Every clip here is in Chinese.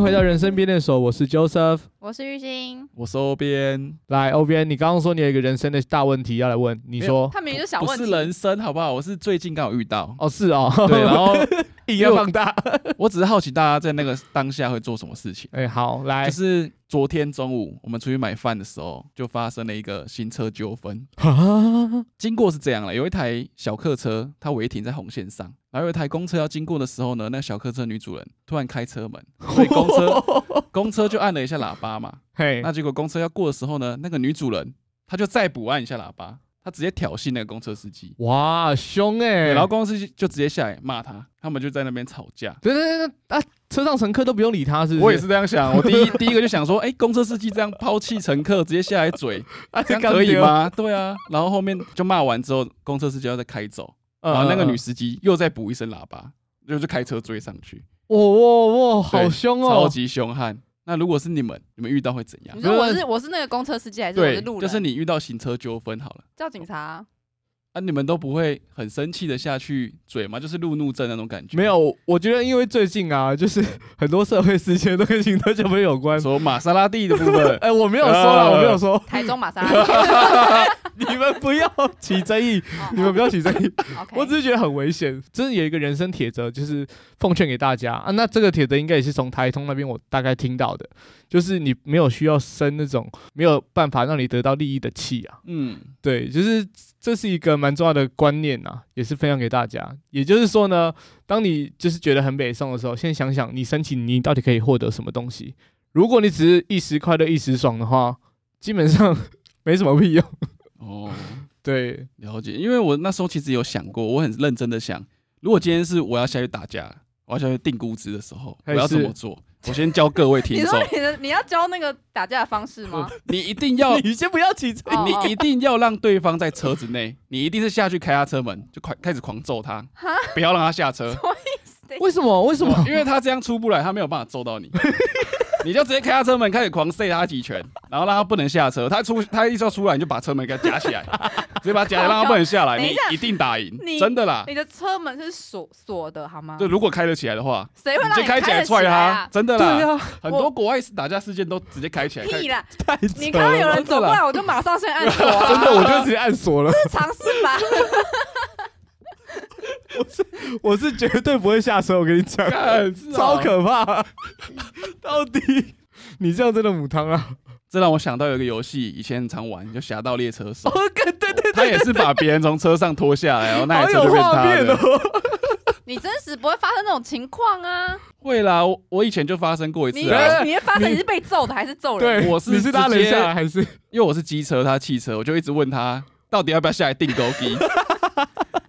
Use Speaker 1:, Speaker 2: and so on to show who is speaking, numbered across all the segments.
Speaker 1: 回到人生便利所，我是 Joseph。
Speaker 2: 我是玉兴，
Speaker 3: 我收编，
Speaker 1: 来，欧边，你刚刚说你有一个人生的大问题要来问，你说，
Speaker 2: 他明明就小
Speaker 3: 哦不
Speaker 2: 问
Speaker 3: 是
Speaker 2: 题，
Speaker 3: 人生好不好？我是最近刚好遇到
Speaker 1: 哦是哦，
Speaker 3: 对，然后
Speaker 1: 硬要放大。
Speaker 3: 我只是好奇大家在那个当下会做什么事情。
Speaker 1: 哎、好，来
Speaker 3: 就，是昨天中午我们出去买饭的时候，就发生了一个行车纠纷。
Speaker 1: 啊，
Speaker 3: 经过是这样了，有一台小客车，它违停在红线上，然后有一台公车要经过的时候呢，那小客车女主人突然开车门，所以公 车公车就按了一下喇
Speaker 2: 哎
Speaker 3: 叭嘛。
Speaker 1: 嘿，
Speaker 3: 那结果公车要过的时候呢，那个女主人她就再补按一下喇叭，她直接挑衅那个公车司机，
Speaker 1: 哇，凶哎、
Speaker 3: 对然后公车司机就直接下来骂她，他们就在那边吵架。
Speaker 1: 对对对对啊，车上乘客都不用理他，是不是？
Speaker 3: 我也是这样想，我第一 第一个就想说，哎、公车司机这样抛弃乘客，直接下来 嘴，
Speaker 1: 啊，
Speaker 3: 这样
Speaker 1: 刚
Speaker 3: 可以
Speaker 1: 丢？
Speaker 3: 吗？对啊，然后后面就骂完之后，公车司机要再开走，
Speaker 1: 嗯
Speaker 3: 然后那个
Speaker 1: 嗯
Speaker 3: 女司机又再补一声喇叭，就是开车追上去，
Speaker 1: 哇哇哇，好
Speaker 3: 对
Speaker 1: 凶哦！
Speaker 3: 超级凶悍。那如果是你们，你们遇到会怎样
Speaker 2: 你？说我
Speaker 1: 不
Speaker 2: 是我是那个公车司机还是我
Speaker 3: 对，
Speaker 2: 是路人？
Speaker 3: 就是你遇到行车纠纷好了，
Speaker 2: 叫警察啊、
Speaker 3: 啊，你们都不会很生气的下去嘴吗？就是路怒症那种感觉。
Speaker 1: 没，有，我觉得因为最近啊，就是很多社会事件都跟行车纠纷有关。
Speaker 3: 说玛莎拉蒂的部分，
Speaker 1: 哎、我没有说啦，
Speaker 3: 呃
Speaker 1: 我没有说，
Speaker 2: 台中 玛莎拉蒂。
Speaker 1: 你们不要起争议，
Speaker 2: 哦
Speaker 1: 你们不要起争议。
Speaker 2: 哦 OK，
Speaker 1: 我只是觉得很危险，真的有一个人生铁则，就是奉劝给大家啊。那这个铁则应该也是从台通那边我大概听到的，就是你没有需要生那种没有办法让你得到利益的气啊。
Speaker 3: 嗯，
Speaker 1: 对，就是这是一个蛮重要的观念啊，也是分享给大家。也就是说呢，当你就是觉得很北宋的时候，先想想你申请你到底可以获得什么东西。如果你只是一时快乐一时爽的话，基本上没什么屁用。
Speaker 3: 哦，
Speaker 1: 对，
Speaker 3: 了解。因为我那时候其实有想过，我很认真的想，如果今天是我要下去打架，我要下去定估值的时候，我
Speaker 1: 嘿
Speaker 3: 要怎
Speaker 1: 是
Speaker 3: 么做？我先教各位
Speaker 2: 你
Speaker 3: 听众
Speaker 2: 说，你的你要教那个打架的方式吗？
Speaker 3: 你一定 要
Speaker 1: 你先不要起争
Speaker 2: 哦哦
Speaker 3: 你一定要让对方在车子内，你一定是下去开他车门，就快开始狂揍他，不要让他下车，
Speaker 1: 为什么？为什么？
Speaker 3: 因为他这样出不来，他没有办法 揍到你。你就直接开他车门，开始狂塞他几拳，然后让他不能下车。他出他一要出来，你就把车门给他夹起 来，直接把他夹起来，让他不能下来。
Speaker 2: 等一
Speaker 3: 你
Speaker 2: 下
Speaker 3: 一定打赢
Speaker 2: 你，
Speaker 3: 真的啦。
Speaker 2: 你的车门是锁锁的好吗
Speaker 3: 就？如果开得起来的话，
Speaker 2: 谁会
Speaker 3: 你
Speaker 2: 让
Speaker 3: 就
Speaker 2: 开
Speaker 3: 开起来
Speaker 2: 得起
Speaker 3: 踹他
Speaker 2: 啊，？
Speaker 3: 真的
Speaker 1: 对
Speaker 3: 啦。
Speaker 1: 啊，
Speaker 3: 很多国外打架事件都直接开起来，开
Speaker 2: 屁啦！
Speaker 1: 太扯
Speaker 2: 你看到有
Speaker 1: 了
Speaker 2: 人走过来，我就马上先按锁、啊。
Speaker 1: 真的，我就直接按锁 了。
Speaker 2: 是尝试吧。
Speaker 1: 我是绝对不会下车，我跟你讲，
Speaker 3: 干是啊
Speaker 1: 超可怕。到底你这样真的母汤啊？
Speaker 3: 这让我想到有一个游戏，以前很常玩，就《侠盗猎车手》。
Speaker 1: 哦，对对对
Speaker 3: 他也是把别人从车上拖下来，然后哦那
Speaker 1: 好
Speaker 3: 台车
Speaker 1: 有
Speaker 3: 就变
Speaker 1: 画
Speaker 3: 他
Speaker 1: 面
Speaker 3: 的。
Speaker 1: 哦！
Speaker 2: 你真实不会发生这种情况啊！
Speaker 3: 会啦，我我以前就发生过一
Speaker 2: 你
Speaker 3: 次啊，
Speaker 1: 对
Speaker 2: 你会发生你是被揍的还是揍人？
Speaker 1: 哦对，
Speaker 3: 我是
Speaker 1: 你是他
Speaker 3: 直
Speaker 1: 人
Speaker 3: 接
Speaker 1: 下来还是？
Speaker 3: 因为我是机车，他汽车，我就一直问他到底要不要下来订钩 机。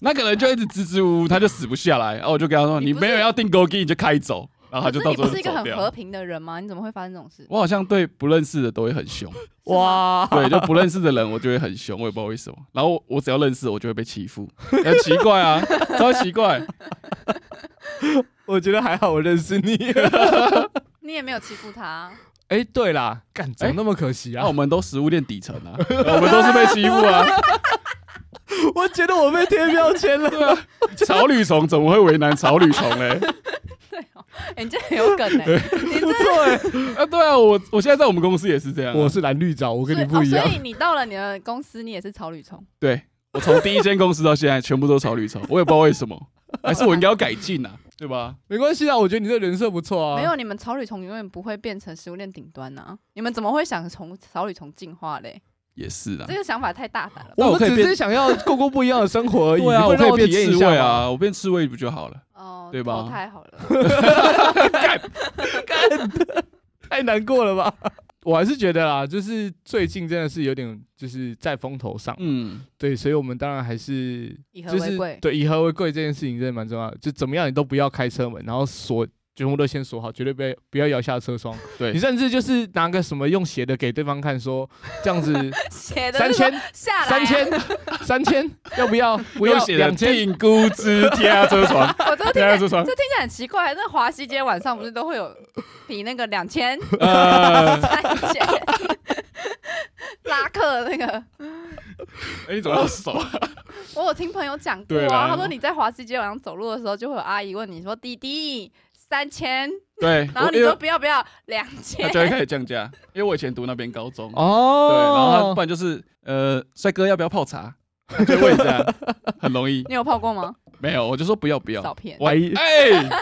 Speaker 3: 那个人就一直支支吾吾，他就死不下来。然后我就跟他说：“
Speaker 2: 你
Speaker 3: 你
Speaker 2: 不是
Speaker 3: 没有要订钩机，你就开走。”然后
Speaker 2: 可
Speaker 3: 啊他就是到
Speaker 2: 你
Speaker 3: 时
Speaker 2: 不
Speaker 3: 候
Speaker 2: 是一个
Speaker 3: 走
Speaker 2: 很
Speaker 3: 掉
Speaker 2: 和。平的人吗？你怎么会发生这种事？
Speaker 3: 我好像对不认识的都会很凶，
Speaker 2: 是吗，
Speaker 3: 对，就不认识的人我就会很凶，我也不知道为什么。然后我我只要认识，我就会被欺 负，很奇怪啊，超奇怪。
Speaker 1: 我觉得还好，我认识你。
Speaker 2: 你也没有欺负他，啊
Speaker 1: 哎，对啦，干怎么那么可惜
Speaker 3: 那、
Speaker 1: 啊
Speaker 3: 我？们都食物链底层 啊，我们都是被欺负 啊。
Speaker 1: 我觉得我被贴标签了。
Speaker 3: 草履虫怎么会为难草履虫嘞？
Speaker 2: 对哦，哎你这很有梗哎，你
Speaker 1: 不
Speaker 2: 这
Speaker 1: 错欸哎，
Speaker 3: 啊，对啊，我我现在在我们公司也是这样啊、
Speaker 1: 我是蓝绿藻，我跟你
Speaker 2: 所
Speaker 1: 不
Speaker 2: 以
Speaker 1: 一
Speaker 2: 哦
Speaker 1: 样
Speaker 2: 所。以你到了你的公司，你也是草履虫。
Speaker 3: 对我从第一间公司到现在，全部都是草履虫，我也不知道为什么，还是我应该要改进啊，对吧？
Speaker 1: 没关系啊，我觉得你这人设不错啊。
Speaker 2: 没有，你们草履虫永远不会变成食物链顶端呐、啊你们怎么会想从草履虫进化嘞？
Speaker 3: 也是啊
Speaker 2: 这，个想法太大胆了吧。
Speaker 3: 我
Speaker 1: 我
Speaker 3: 可以
Speaker 1: 们只
Speaker 3: 变
Speaker 1: 是想要过过不一样的生活而 已。
Speaker 3: 对啊，
Speaker 1: 你不
Speaker 3: 我
Speaker 1: 能
Speaker 3: 可
Speaker 1: 让我
Speaker 3: 以
Speaker 1: 体
Speaker 3: 变
Speaker 1: 验
Speaker 3: 刺
Speaker 1: 一下
Speaker 3: 猬
Speaker 1: 吗，
Speaker 3: 啊，我变刺猬不就好了？
Speaker 2: 哦，
Speaker 3: 对吧
Speaker 2: 投胎好了，
Speaker 1: 太难过了吧？ 我还是觉得啦，就是最近真的是有点就是在风头上，
Speaker 3: 嗯，
Speaker 1: 对，所以我们当然还是
Speaker 2: 以和
Speaker 1: 就是
Speaker 2: 为贵。
Speaker 1: 对以和为贵这件事情真的蛮重要的，啊就怎么样你都不要开车门，然后锁全部都先锁好，绝对不要不要摇下车窗。
Speaker 3: 对
Speaker 1: 你甚至就是拿个什么用写的给对方看说这 样子
Speaker 2: 写的
Speaker 1: 三千
Speaker 2: 下来、啊
Speaker 1: 三，千三千要不 要？不要
Speaker 3: 用写的
Speaker 1: 两千。
Speaker 3: 进估之贴在车 床，
Speaker 2: 我这个听
Speaker 3: 贴
Speaker 2: 起
Speaker 3: 在车
Speaker 2: 来。
Speaker 3: 床
Speaker 2: 这，听起来很奇怪，那华西街晚上不是都 会有比那个两千、
Speaker 3: 呃，
Speaker 2: 三千拉客那个？
Speaker 3: 哎你怎么要手啊？
Speaker 2: 我有听朋友讲过
Speaker 3: 对
Speaker 2: 啊，
Speaker 3: 啦
Speaker 2: 他说你在华西街晚上走路的时候，就会有阿姨问你说：“弟弟，三千，
Speaker 3: 对，
Speaker 2: 然后
Speaker 3: 我
Speaker 2: 你
Speaker 3: 因为
Speaker 2: 说不要不要两
Speaker 3: 他
Speaker 2: 千，
Speaker 3: 就会开始降价，因为我以前读那边高中，对，然后他
Speaker 1: 哦
Speaker 3: 不，然就是呃，帅哥要不要泡茶？他就问一下，很容易。
Speaker 2: 你有泡过吗？
Speaker 3: 没有，我就说不要不要
Speaker 2: 照，片，
Speaker 3: 我还
Speaker 1: 白
Speaker 3: 哎，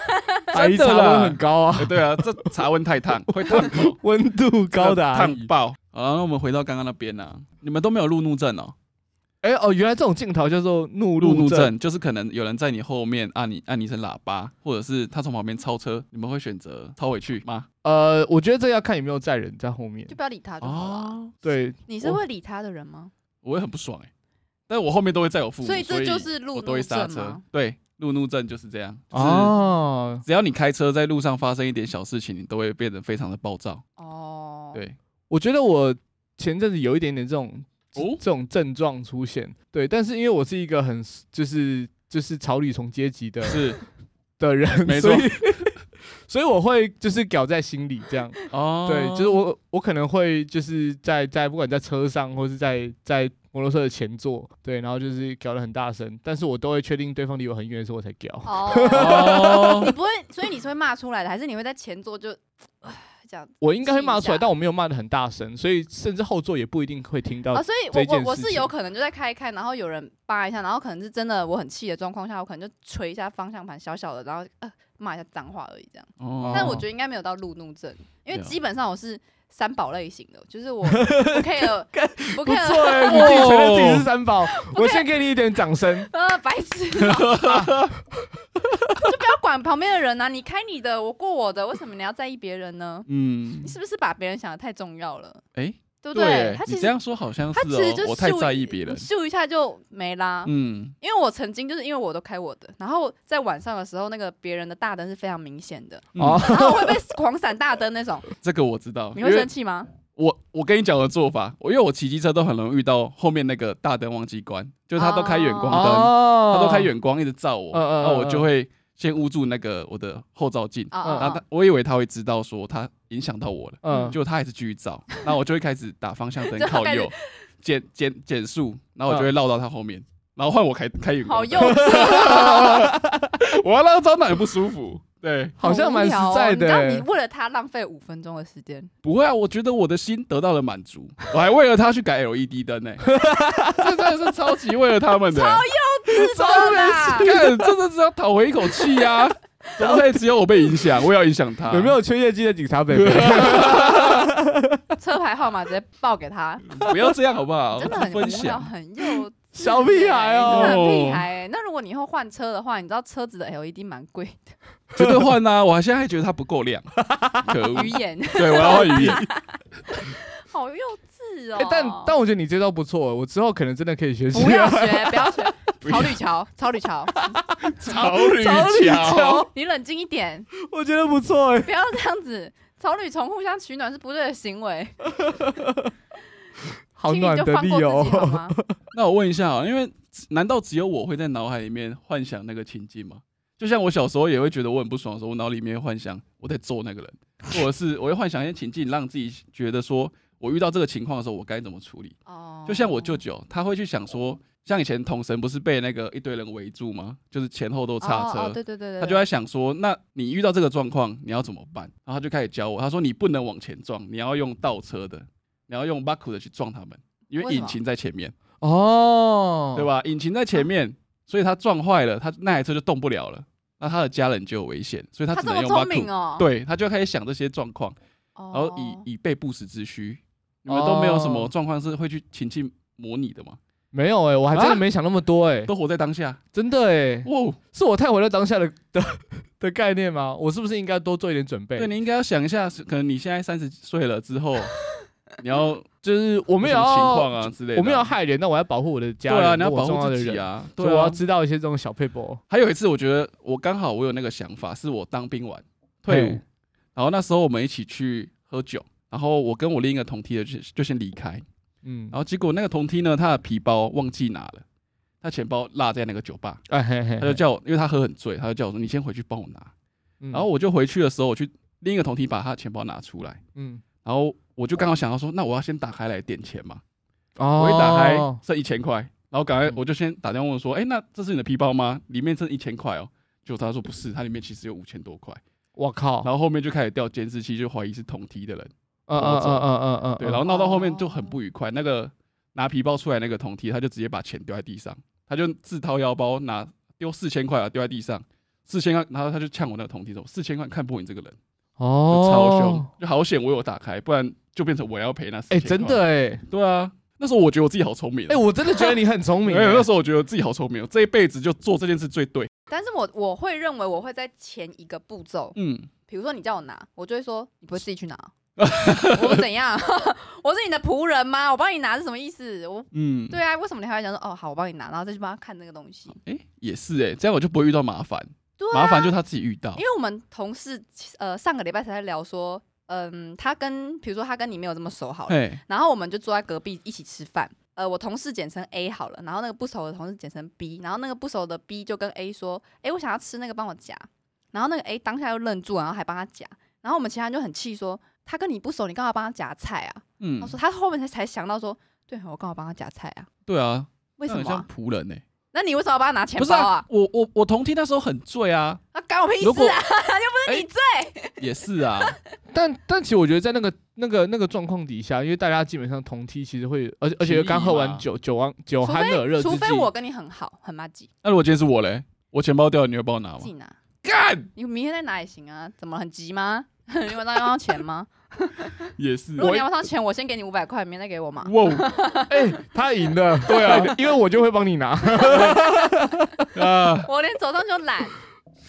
Speaker 1: 阿姨
Speaker 3: 真
Speaker 1: 茶
Speaker 3: 的
Speaker 1: 温
Speaker 3: 啦
Speaker 1: 很高啊，
Speaker 3: 哎对啊，这茶温太烫，会烫口，
Speaker 1: 温度 高的阿姨
Speaker 3: 烫。爆。好，那我们回到刚刚那边啊，你们都没有路怒症哦。
Speaker 1: 哎哦，原来这种镜头叫做怒
Speaker 3: 路怒
Speaker 1: 症。
Speaker 3: 症就是可能有人在你后面按你按你一声喇叭，或者是他从旁边超车，你们会选择超回去吗？
Speaker 1: 呃，我觉得这要看有没有载人在后面
Speaker 2: 就。不要理他就好了。
Speaker 3: 哦，
Speaker 1: 对，
Speaker 2: 你是
Speaker 1: 我
Speaker 2: 会理他的人吗？
Speaker 3: 我会很不爽哎、但是我后面都会载我父母，
Speaker 2: 所
Speaker 3: 所
Speaker 2: 以这就是路
Speaker 3: 我都会
Speaker 2: 怒
Speaker 3: 刹
Speaker 2: 症
Speaker 3: 车
Speaker 2: 吗？。
Speaker 3: 对，路怒症就是这样。就是、
Speaker 1: 哦，
Speaker 3: 只要你开车在路上发生一点小事情，你都会变得非常的暴躁。
Speaker 2: 哦，，
Speaker 3: 对，
Speaker 1: 我觉得我前阵子有一点点这种
Speaker 3: 哦，
Speaker 1: 这种症状出现，对，但是因为我是一个很就是就是草履虫阶级的
Speaker 3: 是
Speaker 1: 的人，
Speaker 3: 没
Speaker 1: 所
Speaker 3: 错
Speaker 1: 以 所以我会就是搞在心里这样，
Speaker 3: 哦，
Speaker 1: 对，就是我我可能会就是在在不管在车上或是在在摩托车的前座，对，然后就是搞得很大声，但是我都会确定对方离我很远的时候我才搞。
Speaker 2: 哦，
Speaker 3: 哦
Speaker 2: 你不会，所以你是会骂出来的，还是你会在前座 就这样？
Speaker 1: 我应该会骂出
Speaker 2: 气
Speaker 1: 来，
Speaker 2: 一下
Speaker 1: 但我没有骂的很大声，所以甚至后座也不一定会听到
Speaker 2: 哦，。所以
Speaker 1: 这
Speaker 2: 我
Speaker 1: 件
Speaker 2: 我我
Speaker 1: 事
Speaker 2: 是
Speaker 1: 情
Speaker 2: 有可能就在开一开，然后有人扒一下，然后可能是真的我很气的状况下，我可能就捶一下方向盘，小小的，然后呃骂一下脏话而已这样。
Speaker 3: 哦
Speaker 2: 但我觉得应该没有到路怒症，因为
Speaker 3: 了
Speaker 2: 基本上我是三宝类型的，就是 我不 care 不
Speaker 1: 不错
Speaker 3: 欸
Speaker 1: 哎、你
Speaker 2: care
Speaker 1: 自己承认自己是三宝，我先给你一点掌声。
Speaker 2: 呃白痴哦、 就不要管旁边的人啊，你开你的，我过我的，为什么你要在意别人呢？
Speaker 3: 嗯
Speaker 2: 你，是不是把别人想的太重要了？
Speaker 3: 哎、
Speaker 2: 对不
Speaker 3: 对耶
Speaker 2: 他，其
Speaker 3: 你
Speaker 2: 实
Speaker 3: 这样说好像是
Speaker 2: 他其实
Speaker 3: 哦
Speaker 2: 就，
Speaker 3: 我太
Speaker 2: 秀
Speaker 3: 在意别人。
Speaker 2: 咻一下就没啦。
Speaker 3: 嗯，
Speaker 2: 因为我曾经就是因为我都开我的，然后在晚上的时候，那个别人的大灯是非常明显的，
Speaker 1: 哦
Speaker 3: 哦，
Speaker 2: 然后我会被 狂闪大灯那种，
Speaker 3: 这个我知道，
Speaker 2: 你
Speaker 3: 因
Speaker 2: 会
Speaker 3: 为
Speaker 2: 生气吗？
Speaker 3: 我我跟你讲的做法，我因为我骑机车都很容易遇到后面那个大灯忘记关，就是他都开远光灯，
Speaker 1: 哦
Speaker 3: 他都开，远光一直照我，
Speaker 1: 嗯嗯嗯
Speaker 3: 然后我就会先捂住那个我的后照镜，
Speaker 2: 啊
Speaker 3: 然后
Speaker 2: 啊
Speaker 3: 他我以为他会知道说他影响到我了，
Speaker 1: 嗯，
Speaker 3: 结果他还是继续照，然后我就会开始打方向 灯
Speaker 2: 就
Speaker 3: 靠
Speaker 2: 开始嗯
Speaker 3: 右，减减减速，然后我就会绕到他后面，然后换我开开远
Speaker 2: 好
Speaker 3: 光
Speaker 2: 幼
Speaker 3: 灯，
Speaker 2: 稚，
Speaker 3: 我要让他知道很不舒服，对，
Speaker 1: 好像蛮实在的、欸
Speaker 2: 好无聊哦你知道你为了他浪费五分钟的时 间，
Speaker 3: 不会啊，我觉得我的心得到了满足，我还为了他去改 LED 灯呢、这真的是超级为了他们的、欸，
Speaker 2: 是的啦。
Speaker 3: 看真的是要讨回一口气 啊！怎么会只有我被影响？我也要影响他？
Speaker 1: 有没有缺业绩的警察北北？
Speaker 3: 啊
Speaker 2: 车牌号码直接报给他，
Speaker 3: 不要这样好不好？
Speaker 2: 真的很无
Speaker 3: 分
Speaker 2: 聊，
Speaker 3: 享
Speaker 2: 很幼稚。欸
Speaker 1: 小屁孩哦
Speaker 2: 真的很屁孩欸。那如果你以后换车的话，你知道车子的 LED 蛮贵的，
Speaker 3: 绝对换啦！我现在还觉得它不 够亮，可恶
Speaker 2: 鱼！眼
Speaker 3: 对，我要换语言。
Speaker 2: 好幼稚哦
Speaker 1: 哎。但但我觉得你这招不错，欸我之后可能真的可以学习。啊
Speaker 2: 不要学，不要学。
Speaker 3: 不
Speaker 2: 草履桥， 草履桥，
Speaker 3: 草履
Speaker 1: 草履
Speaker 3: 桥，
Speaker 1: 桥，
Speaker 2: 你冷静一点，
Speaker 1: 我觉得不错 哎、
Speaker 2: 不要这样子。草履虫互相取暖是不对的行为，
Speaker 1: 好
Speaker 2: 请你
Speaker 1: 暖
Speaker 2: 就
Speaker 1: 的
Speaker 2: 放
Speaker 1: 理
Speaker 2: 过自己好
Speaker 1: 由。
Speaker 2: 吗？
Speaker 3: 那我问一下啊，因为难道只有我会在脑海里面幻想那个情境吗？就像我小时候也会觉得我很不爽的时候，我脑里面会幻想我在揍那个人，或者是我会幻想一些情境，让自己觉得说我遇到这个情况的时候，我该怎么处理。
Speaker 2: 哦
Speaker 3: 就像我舅舅，他会去想说，像以前统神不是被那个一堆人围住吗？就是前后都
Speaker 2: 哦
Speaker 3: 叉
Speaker 2: 哦
Speaker 3: 车，
Speaker 2: 对对对对，
Speaker 3: 他就在想说，那你遇到这个状况，你要怎么办？然后他就开始教我，他说你不能往前撞，你要用倒车的，你要用 b a c 的去撞他们，因
Speaker 2: 为
Speaker 3: 为
Speaker 2: 什么
Speaker 3: 引擎在前面，
Speaker 1: 哦，
Speaker 3: 对？吧？引擎在前面，所以他撞坏了，他那台车就动不了了，那他的家人就有危险，所以他
Speaker 2: 他
Speaker 3: 只
Speaker 2: 这
Speaker 3: 能
Speaker 2: 么
Speaker 3: 用 b a
Speaker 2: 聪
Speaker 3: c
Speaker 2: 明哦，，
Speaker 3: 对，他就开始想这些状况，
Speaker 2: 然
Speaker 3: 然后以以备不时之需。你们都没有什
Speaker 2: 哦
Speaker 3: 么状况是会去情境模拟的吗？
Speaker 1: 没有哎、我还真的
Speaker 3: 啊
Speaker 1: 没想那么多哎、
Speaker 3: 都活在当下。
Speaker 1: 真的哎、
Speaker 3: 哇，哦
Speaker 1: 是我太活在当下的的的概念吗？我是不是应该多做一点准备？
Speaker 3: 对，你应该要想一下，是可能你现在三十岁了之后，你要
Speaker 1: 就是我
Speaker 3: 我
Speaker 1: 们
Speaker 3: 们
Speaker 1: 也
Speaker 3: 有
Speaker 1: 要
Speaker 3: 什么情况啊之类的。
Speaker 1: 我没有要害人，但我要保护我的家人，
Speaker 3: 对啊，你要
Speaker 1: 跟我
Speaker 3: 保
Speaker 1: 重要
Speaker 3: 护
Speaker 1: 的
Speaker 3: 自己
Speaker 1: 人，
Speaker 3: 啊。
Speaker 1: 所以
Speaker 3: 对
Speaker 1: 我
Speaker 3: 啊
Speaker 1: 要，知道一些这种小 paper。
Speaker 3: 还有一次，我觉得我刚好我有那个想法，是我当兵完退伍
Speaker 1: 嘿，
Speaker 3: 然后那时候我们一起去喝酒，然后我跟我另一个同梯的就就先离开，
Speaker 1: 嗯
Speaker 3: 然，后结果那个同梯呢，他的皮包忘记拿了，他钱包落在那个酒吧，
Speaker 1: 哎嘿嘿，
Speaker 3: 他就叫我，因为他喝很醉，他就叫我说你先回去帮我拿，
Speaker 1: 嗯，
Speaker 3: 然后我就回去的时候，我去另一个同梯把他的钱包拿出来，
Speaker 1: 嗯，
Speaker 3: 然后我就刚好想到说，那我要先打开来点钱嘛，
Speaker 1: 哦，
Speaker 3: 我一打开剩一千块，然后赶快
Speaker 1: 嗯
Speaker 3: 我就先打电话问说，哎、那这是你的皮包吗？里面剩一千块哦。结果他说不是，它里面其实有五千多块。
Speaker 1: 我靠，
Speaker 3: 然后后面就开始调监视器，就怀疑是同梯的人，
Speaker 1: 嗯嗯嗯嗯嗯嗯，
Speaker 3: 对，然后闹到后面就很不愉快。那个拿皮包出来那个同梯，他就直接把钱丢在地上，他就自掏腰包拿丢四千块啊，丢在地上。四千块，然后他就呛我那个同梯说：“四千块看不过你这个人，
Speaker 1: 哦
Speaker 3: 就，超凶，就好险我有打开，不然就变成我要赔那四
Speaker 1: 哎、
Speaker 3: 千。”
Speaker 1: 真，的哎、
Speaker 3: 对啊，那时候我觉得我自己好聪明哦，
Speaker 1: 哎、我真的觉得你很聪明、
Speaker 3: 没有，
Speaker 1: 哎
Speaker 3: 那时候我觉得自己好聪明，哦，这一辈子就做这件事最对。
Speaker 2: 但是我我会认为我会在前一个步骤，
Speaker 3: 嗯，
Speaker 2: 比如说你叫我拿，我就会说你不会自己去拿啊， 我怎样？ 我是你的仆人吗？我帮你拿是什么意思？我
Speaker 3: 嗯，
Speaker 2: 对啊，为什么你还会讲说哦好，我帮你拿，然后再去帮他看那个东西？
Speaker 3: 哎、也是哎、这样我就不会遇到麻烦，
Speaker 2: 对啊，
Speaker 3: 麻烦就他自己遇到
Speaker 2: 因。为我们同事呃上个礼拜才在聊说，嗯，他跟比如说他跟你没有这么熟好了，
Speaker 3: 嘿，
Speaker 2: 然后我们就坐在隔壁一起吃饭。呃，我同事简称 A 好了，然后那个不熟的同事简称 B，然后那个不熟的 B 就跟 A 说：“哎，我想要吃那个，帮我夹。”然后那个 A 当下就愣住，然后还帮他夹。然后我们其他人就很气说：“他跟你不熟，你干嘛帮他夹菜啊？”
Speaker 3: 嗯
Speaker 2: 他，说他后面才才想到说：“对，我干嘛帮他夹菜啊？
Speaker 3: 对啊，
Speaker 2: 为什
Speaker 3: 那
Speaker 2: 么
Speaker 3: 很
Speaker 2: 啊、
Speaker 3: 像仆人呢、哎
Speaker 2: 那你为什么要帮他拿钱
Speaker 3: 不是
Speaker 2: 包啊？
Speaker 3: 我我我同梯那时候很醉 啊，
Speaker 2: 啊，干我屁
Speaker 3: 如果哎
Speaker 2: 事啊！又不是你醉。
Speaker 3: 也是啊，
Speaker 1: 但但其实我觉得在那个那个那个状况底下，因为大家基本上同梯，其实会，而且而且又刚喝完酒，酒完酒
Speaker 2: 除
Speaker 1: 酣耳热之
Speaker 2: 非除
Speaker 1: 际，
Speaker 2: 非我跟你很好，很麻吉，
Speaker 3: 那如果今天是我嘞，我钱包掉了，你会帮我拿吗
Speaker 2: 自？己拿。
Speaker 3: 干，
Speaker 2: 你明天再拿也行啊？怎么很急吗？ 你晚上要用钱吗？
Speaker 3: 也是
Speaker 2: 如。果你要上钱，我先给你五百块，明天再给我嘛。
Speaker 3: 哇
Speaker 1: 哎、他赢了，对啊， 因为我就会帮你拿，
Speaker 3: 啊！
Speaker 2: 我连走动就懒，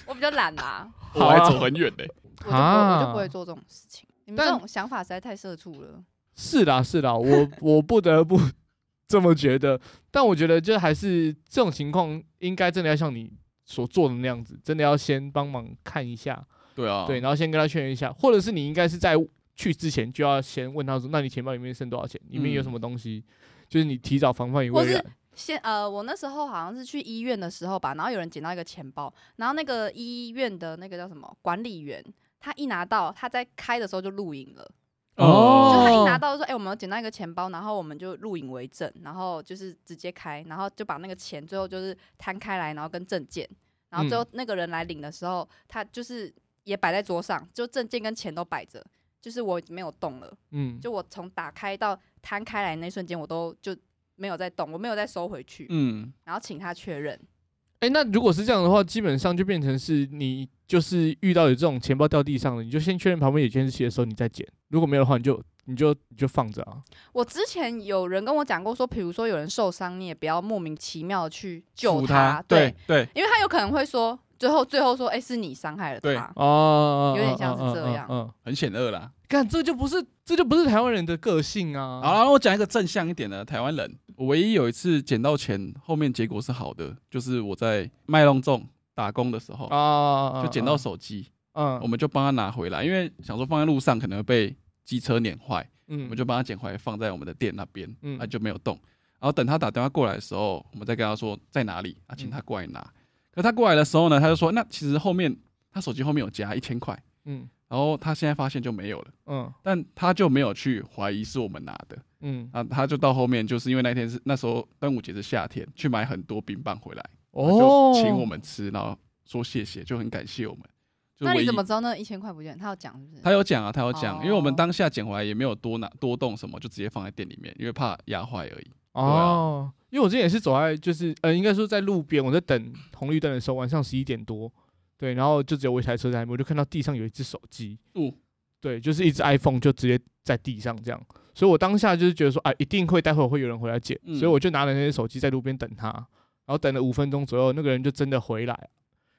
Speaker 2: 我比较懒啦，
Speaker 3: 我还走很远呢、
Speaker 2: 我就不我就不会做这种事情。你们
Speaker 1: 但
Speaker 2: 这种想法实在太社畜了。
Speaker 1: 是啦是啦，我我不得不这么觉得，但我觉得就还是这种情况，应该真的要像你所做的那样子，真的要先帮忙看一下，
Speaker 3: 对啊，
Speaker 1: 对，然后先跟他确认一下，或者是你应该是在去之前就要先问他说，那你钱包里面剩多少钱？里面有什么东西？就是你提早防范于
Speaker 2: 或
Speaker 1: 未
Speaker 2: 是
Speaker 1: 然。
Speaker 2: 先呃，我那时候好像是去医院的时候吧，然后有人捡到一个钱包，然后那个医院的那个叫什么管理员，他一拿到，他在开的时候就录影了。
Speaker 1: 哦
Speaker 2: 就他一拿到就说，哎、我们有捡到一个钱包，然后我们就录影为证，然后就是直接开，然后就把那个钱最后就是摊开来，然后跟证件，然
Speaker 3: 嗯
Speaker 2: 后最后那个人来领的时候，他就是也摆在桌上，就证件跟钱都摆着，就是我没有动了，
Speaker 1: 嗯，
Speaker 2: 就我从打开到摊开来那瞬间，我都就没有再动，我没有再收回去，
Speaker 3: 嗯，
Speaker 2: 然后请他确认。
Speaker 1: 哎、那如果是这样的话，基本上就变成是你就是遇到有这种钱包掉地上了，你就先确认旁边有监视器的时候你再捡，如果没有的话，你就你就你就放着啊。
Speaker 2: 我之前有人跟我讲过说，比如说有人受伤，你也不要莫名其妙地去救
Speaker 3: 扶
Speaker 2: 对
Speaker 3: 对，对，
Speaker 2: 因为他有可能会说，最后最后说，哎、是你伤害了
Speaker 3: 对
Speaker 2: 他。
Speaker 1: 哦，
Speaker 2: 有点像是
Speaker 1: 嗯
Speaker 2: 这样
Speaker 1: 嗯嗯，嗯
Speaker 3: 很险恶啦。
Speaker 1: 看、嗯这就不是这就不是台湾人的个性啊。
Speaker 3: 嗯好，了，我讲一个正向一点的台湾人。我唯一有一次捡到钱，后面结果是好的，就是我在卖弄众打工的时候，
Speaker 1: 啊，
Speaker 3: 就捡到手机，
Speaker 1: 嗯，
Speaker 3: 我们就帮他拿回来，因为想说放在路上可能会被机车碾坏，
Speaker 1: 嗯，
Speaker 3: 我们就帮他捡回来放在我们的店那边，
Speaker 1: 嗯
Speaker 3: 他就没有动。然后等他打电话过来的时候，我们再跟他说在哪里啊，请
Speaker 1: 嗯
Speaker 3: 他过来拿。可他过来的时候呢，他就说那其实后面他手机后面有夹一千块，
Speaker 1: 嗯
Speaker 3: 然后他现在发现就没有了，
Speaker 1: 嗯
Speaker 3: 但他就没有去怀疑是我们拿的。
Speaker 1: 嗯，
Speaker 3: 啊，他就到后面，就是因为那天是那时候端午节是夏天，去买很多冰棒回来，他
Speaker 1: 哦
Speaker 3: 就，请我们吃，然后说谢谢，就很感谢我们。就
Speaker 2: 那
Speaker 3: 唯
Speaker 2: 你
Speaker 3: 一
Speaker 2: 怎么知道那一千块不见？他要讲是不是？
Speaker 3: 他有讲啊，他有讲，因为我们
Speaker 2: 哦
Speaker 3: 当下捡回来也没有多拿多动什么，就直接放在店里面，因为怕压坏而已。
Speaker 1: 哦，因为我之前也是走在就是呃，应该说在路边，我在等红绿灯的时候，晚上十一点多，对，然后就只有我一台车在那边，我就看到地上有一只手机，
Speaker 3: 哦
Speaker 1: 对，就是一只 iPhone 就直接在地上这样，所以我当下就是觉得说，啊，一定会待会会有人回来捡，
Speaker 3: 嗯
Speaker 1: 所以我就拿了那些手机在路边等他，然后等了五分钟左右，那个人就真的回来。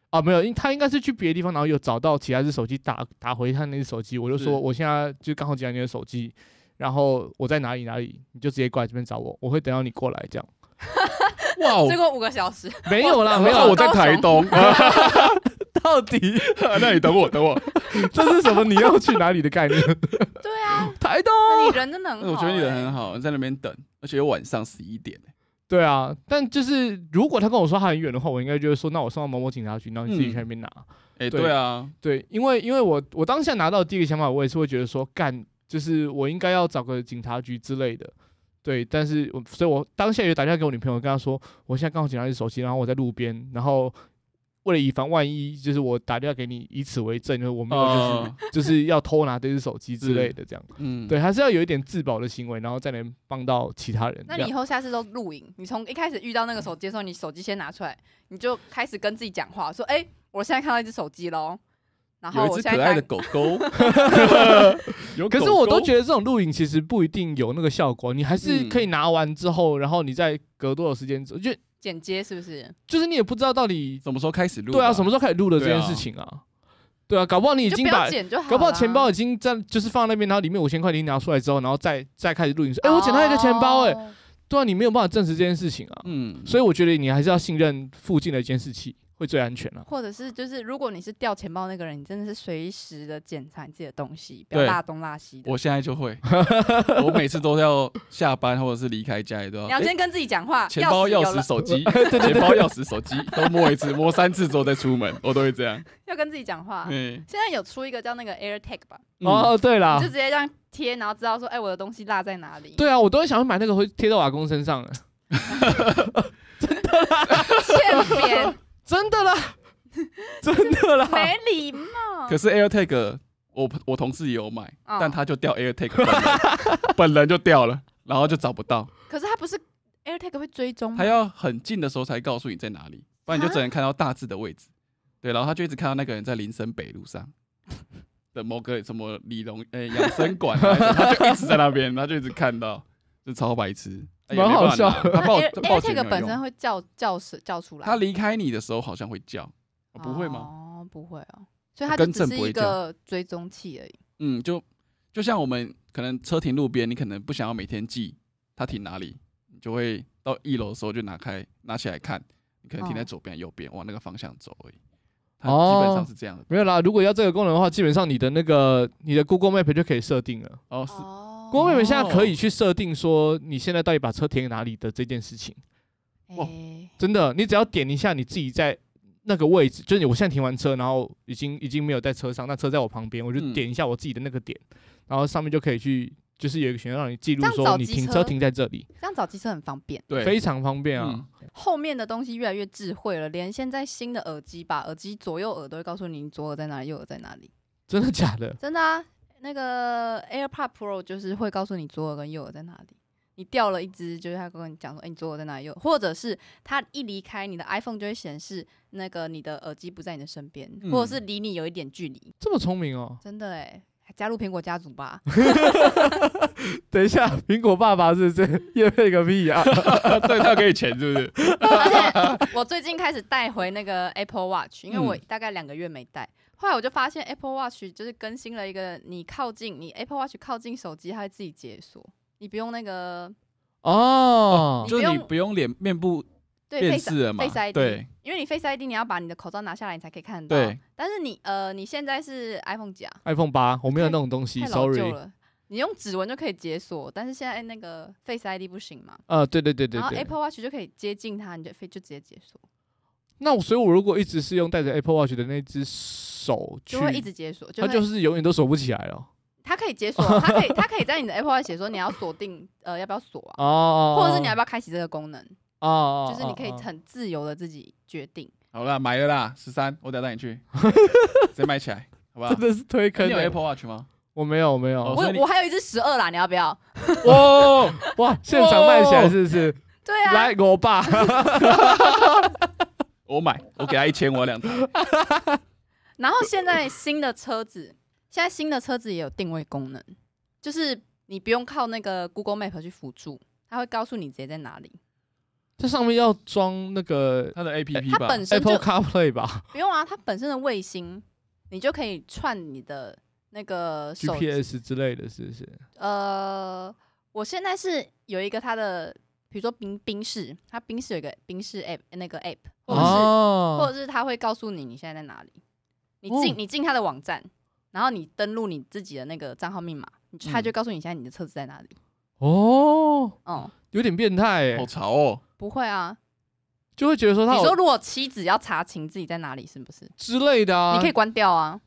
Speaker 1: 啊，没有，因为他应该是去别的地方，然后有找到其他只手机打打回他那只手机，我就是说我现在就刚好捡到你的手机，然后我在哪里哪里，你就直接过来这边找我，我会等到你过来这样。
Speaker 3: 哇 哦
Speaker 2: 结，果五个小时，
Speaker 1: 没有啦，
Speaker 2: 我
Speaker 1: 没有啦，
Speaker 2: 我
Speaker 3: 然后
Speaker 1: 我
Speaker 3: 我在
Speaker 2: 高
Speaker 3: 台
Speaker 2: 雄
Speaker 3: 东， 啊
Speaker 1: 到底
Speaker 3: 那你等我，等我。
Speaker 1: 这是什么？你要去哪里的概念？
Speaker 2: 对啊，
Speaker 1: 台东。
Speaker 2: 那你人真的很好、欸
Speaker 3: 我觉得你人很。好，哎在那边等，而且又晚上十一点、欸
Speaker 1: 对啊，但就是如果他跟我说他很远的话，我应该就会说，那我送到某某警察局，然后你自己去那边拿。对
Speaker 3: 哎、对啊，
Speaker 1: 对，因为因为我我当下拿到的第一个想法，我也是会觉得说，干，就是我应该要找个警察局之类的。对，但是我所以，我当下也打电话给我女朋友，跟她说，我现在刚好捡到一只手机，然后我在路边，然后为了以防万一，就是我打电话给你，以此为证，就是我没有就是、
Speaker 3: 啊，
Speaker 1: 就是要偷拿这只手机之
Speaker 3: 是
Speaker 1: 类的这样。
Speaker 3: 嗯，
Speaker 1: 对，还是要有一点自保的行为，然后再能帮到其他人。
Speaker 2: 那
Speaker 1: 这
Speaker 2: 你以
Speaker 1: 样
Speaker 2: 后下次都录影，你从一开始遇到那个手机的时候，你手机先拿出来，你就开始跟自己讲话，说：“哎、我现在看到一只手机喽。” 然后
Speaker 3: 有一
Speaker 2: 我
Speaker 3: 只
Speaker 2: 现在
Speaker 3: 可爱的
Speaker 2: 打，
Speaker 3: 狗 狗， 有
Speaker 1: 可是我都觉
Speaker 3: 得
Speaker 1: 得这种录影其实不一定有那个效果，你还是可以
Speaker 3: 嗯
Speaker 1: 拿完之后，然后你再隔多少时间之后，就
Speaker 2: 剪接是不是？
Speaker 1: 就是你也不知道到底
Speaker 3: 什么时候开始录吧？
Speaker 1: 对啊什么时候开始录的这
Speaker 3: 对啊
Speaker 1: 件事情啊，对啊，搞不好你已
Speaker 2: 你就
Speaker 1: 经
Speaker 2: 不要
Speaker 1: 把。
Speaker 2: 剪就好。啊
Speaker 1: 搞不好钱包，已经在就是放在那边，然后里面五千块已经拿出来之后，然后再再开始录影说，哎、我捡到一个钱包、哎、
Speaker 2: 哦
Speaker 1: 对啊，你没有办法证实这件事情啊，
Speaker 3: 嗯，
Speaker 1: 所以我觉得你还是要信任附近的监视器会最安全啊。
Speaker 2: 或者是就是，如果你是掉钱包那个人，你真的是随时的检查你自己的东西，不要
Speaker 3: 对
Speaker 2: 落东落西的。
Speaker 3: 我现在就会，我每次都要下班或者是离开家里都要，
Speaker 2: 你要
Speaker 3: 诶
Speaker 2: 先跟自己讲话，
Speaker 3: 哎钱包、
Speaker 2: 钥
Speaker 3: 钥
Speaker 2: 有
Speaker 3: 匙、
Speaker 2: 了，
Speaker 3: 手机，钱包、钥匙、手机都摸一次，摸三次之后再出门，我都会这样。
Speaker 2: 要跟自己讲话。
Speaker 3: 对，
Speaker 2: 现在有出一个叫那个 AirTag 吧，
Speaker 1: 哦，对
Speaker 3: 啊
Speaker 1: 啦，
Speaker 2: 你就直接这样贴，然后知道说，哎、我的东西落在哪里。
Speaker 1: 对啊，我都会想要买那个会贴到我阿公身上的，啊
Speaker 2: 欠扁，
Speaker 1: 真的啦， 真的啦，
Speaker 2: 没礼貌。
Speaker 3: 可是 AirTag 我我同事也有买，
Speaker 2: 哦
Speaker 3: 但他就掉 AirTag，本人 本人就掉了，然后就找不到，
Speaker 2: 可是它不是 AirTag 会追
Speaker 1: 嗯
Speaker 2: 踪吗
Speaker 3: 他？要很近的时候才告诉你在哪里，不然你就只能看到大致的位置。对，然后他就一直看到那个人在林森北路上。的某个什么李龙诶养生馆啊，还是他就一直在那 边，他就一直看到，就超白痴，哎
Speaker 1: 蛮好笑。哎
Speaker 3: 也没办法拿他
Speaker 2: 那
Speaker 3: 报
Speaker 2: Air
Speaker 3: 他报警
Speaker 2: AirTag 本身
Speaker 3: 会，
Speaker 2: 会叫叫是叫出来，
Speaker 3: 哦他离开你的时候好像会叫，哦不会吗？
Speaker 2: 哦，不会哦，所以它就
Speaker 3: 跟
Speaker 2: 只
Speaker 3: 正
Speaker 2: 是
Speaker 3: 不会
Speaker 2: 一个追踪器而已。
Speaker 3: 嗯，就就像我们可能车停路边，你可能不想要每天记它停哪里，你就会到一楼的时候就拿开拿起来看，你可能停在
Speaker 2: 哦
Speaker 3: 左边、右边，往那个方向走而已。它基
Speaker 1: 哦
Speaker 3: 本上是这样的。
Speaker 1: 没有啦，如果要这个功能的话，基本上你的那个你的 Google Map 就可以设定了。
Speaker 3: 哦，是
Speaker 2: 哦
Speaker 1: Google Map 现在可以去设定说你现在到底把车停哪里的这件事情，
Speaker 3: 哇
Speaker 2: 哎
Speaker 1: 真的，你只要点一下你自己在那个位置，就是我现在停完车，然后已经已经没有在车上，那车在我旁边，我就
Speaker 3: 嗯
Speaker 1: 点一下我自己的那个点，然后上面就可以去，就是有一个选项让你记录
Speaker 2: 这样
Speaker 1: 说
Speaker 2: 找
Speaker 1: 你
Speaker 2: 机
Speaker 1: 停
Speaker 2: 车
Speaker 1: 车停在这里，
Speaker 2: 这样找机车很方便。
Speaker 3: 对，
Speaker 1: 非常方便啊。
Speaker 3: 嗯
Speaker 2: 后面的东西越来越智慧了，连现在新的耳机吧，耳机左右耳都会告诉你你左耳在哪里，右耳在哪里。
Speaker 1: 真的假的？
Speaker 2: 真的啊，那个 AirPod Pro 就是会告诉你左耳跟右耳在哪里。你掉了一只，就是他跟你讲说，哎、你左耳在哪里？右耳，或者是他一离开，你的 iPhone 就会显示那个你的耳机不在你的身边，
Speaker 3: 嗯
Speaker 2: 或者是离你有一点距离。
Speaker 1: 这么聪明哦！
Speaker 2: 真的哎、还加入苹果家族 吧。
Speaker 1: 等一下，苹果爸爸是不是也配个屁啊？
Speaker 3: 对，他要给你钱是不是？
Speaker 2: 而且我最近开始带回那个 Apple Watch，因为
Speaker 3: 嗯
Speaker 2: 我大概两个月没带。后来我就发现 Apple Watch 就是更新了一个，你靠近你 Apple Watch 靠近手机，它会自己解锁，你不用那个
Speaker 1: 哦，
Speaker 2: 你
Speaker 3: 就是
Speaker 2: 不
Speaker 3: 你
Speaker 2: 用
Speaker 3: 不用脸面部
Speaker 2: 对
Speaker 3: 辨
Speaker 2: Face
Speaker 3: 识了嘛
Speaker 2: Face ID，
Speaker 3: 对
Speaker 2: 因为你 Face ID 你要把你的口罩拿下来，你才可以看得到。啊
Speaker 3: 对，
Speaker 2: 但是你呃，你现在是 iPhone 几啊？
Speaker 1: iPhone 八，我没有那种东西
Speaker 2: 太老旧
Speaker 1: ，sorry。
Speaker 2: 了。你用指纹就可以解锁，但是现在那个 Face ID 不行嘛，
Speaker 1: 呃，对对对对
Speaker 2: 然后
Speaker 1: 对。
Speaker 2: Apple Watch 就可以接近它，你就非就直接解锁，
Speaker 1: 那我所以，我如果一直是用戴着 Apple Watch 的那只手去，
Speaker 2: 就会一直解锁，就
Speaker 1: 它
Speaker 2: 会
Speaker 1: 就是永远都锁不起来了。
Speaker 2: 它可以解锁，啊 它可以它可以在你的 Apple Watch 写说你要锁定呃要不要锁啊，
Speaker 1: 哦，
Speaker 2: 或者是你要不要开启这个功能，
Speaker 1: 哦，
Speaker 2: 就是你可以
Speaker 1: 哦
Speaker 2: 很自由的自己决定。
Speaker 3: 好啦，买了啦，十三，我等下带 你去，直接买起来，好不
Speaker 1: 哦
Speaker 3: 好
Speaker 1: 真？的是推坑
Speaker 3: 你有
Speaker 1: 欸。
Speaker 3: Apple Watch 吗？
Speaker 1: 我没有，我没有
Speaker 3: 哦。
Speaker 2: 我
Speaker 3: 所以你
Speaker 2: 有我还有一只十二啦，你要不要？
Speaker 3: 哦，
Speaker 1: 哇，现场卖起来是不是？
Speaker 2: 对啊，
Speaker 1: 来，我爸，
Speaker 3: 我买，我给他一千，我要两台。
Speaker 2: 然后现在新的车子，现在新的车子也有定位功能，就是你不用靠那个 Google Map 去辅助，它会告诉你直接在哪里。
Speaker 1: 这上面要装那个
Speaker 3: 他的 A P P
Speaker 2: 它
Speaker 3: 吧，
Speaker 2: 本身就
Speaker 1: Apple CarPlay 吧
Speaker 2: 不用啊，它本身的卫星，你就可以串你的那个手机
Speaker 1: ，GPS 之类的，是不是？
Speaker 2: 呃，我现在是有一个它的，比如说冰冰室，它冰室有一个冰室 app 那个 app，或者是、或
Speaker 1: 哦，
Speaker 2: 者是它会告诉你你现在在哪里，你
Speaker 1: 哦
Speaker 2: 进、你进它的网站，然后你登录你自己的那个账号密码，你它
Speaker 3: 嗯
Speaker 2: 就告诉你现在你的车子在哪里。
Speaker 1: 哦，
Speaker 2: 哦、
Speaker 1: 有点变态
Speaker 3: 好
Speaker 1: 哎，
Speaker 3: 潮哦，
Speaker 2: 不会啊，
Speaker 1: 就会觉得说他
Speaker 2: 你说如果妻子要查情自己在哪里，是不是？
Speaker 1: 之类的啊。
Speaker 2: 你可以关掉啊，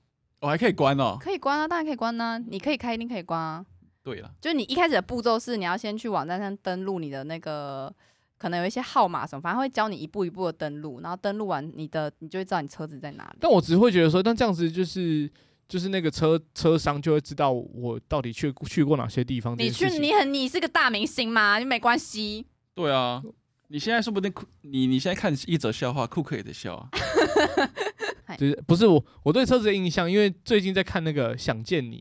Speaker 3: 我还可以关哦。
Speaker 2: 可以关啊，当然可以关啊，你可以开，一定可以关啊。
Speaker 3: 对了，
Speaker 2: 就是你一开始的步骤是你要先去网站上登录你的那个可能有一些号码什么，反正会教你一步一步的登录，然后登录完你的，你就会知道你车子在哪里。
Speaker 1: 但我只会觉得说，但这样子就是就是那个车车商就会知道我到底去去过哪些地方这
Speaker 2: 你
Speaker 1: 件
Speaker 2: 去
Speaker 1: 事情。，
Speaker 2: 你很，你是个大明星嘛，就没关系。
Speaker 3: 对啊，你现在说不定库你你现在看一则笑话，库克也得笑啊。
Speaker 1: 就是不是我我对车子的印象，因为最近在看那个《想见你》，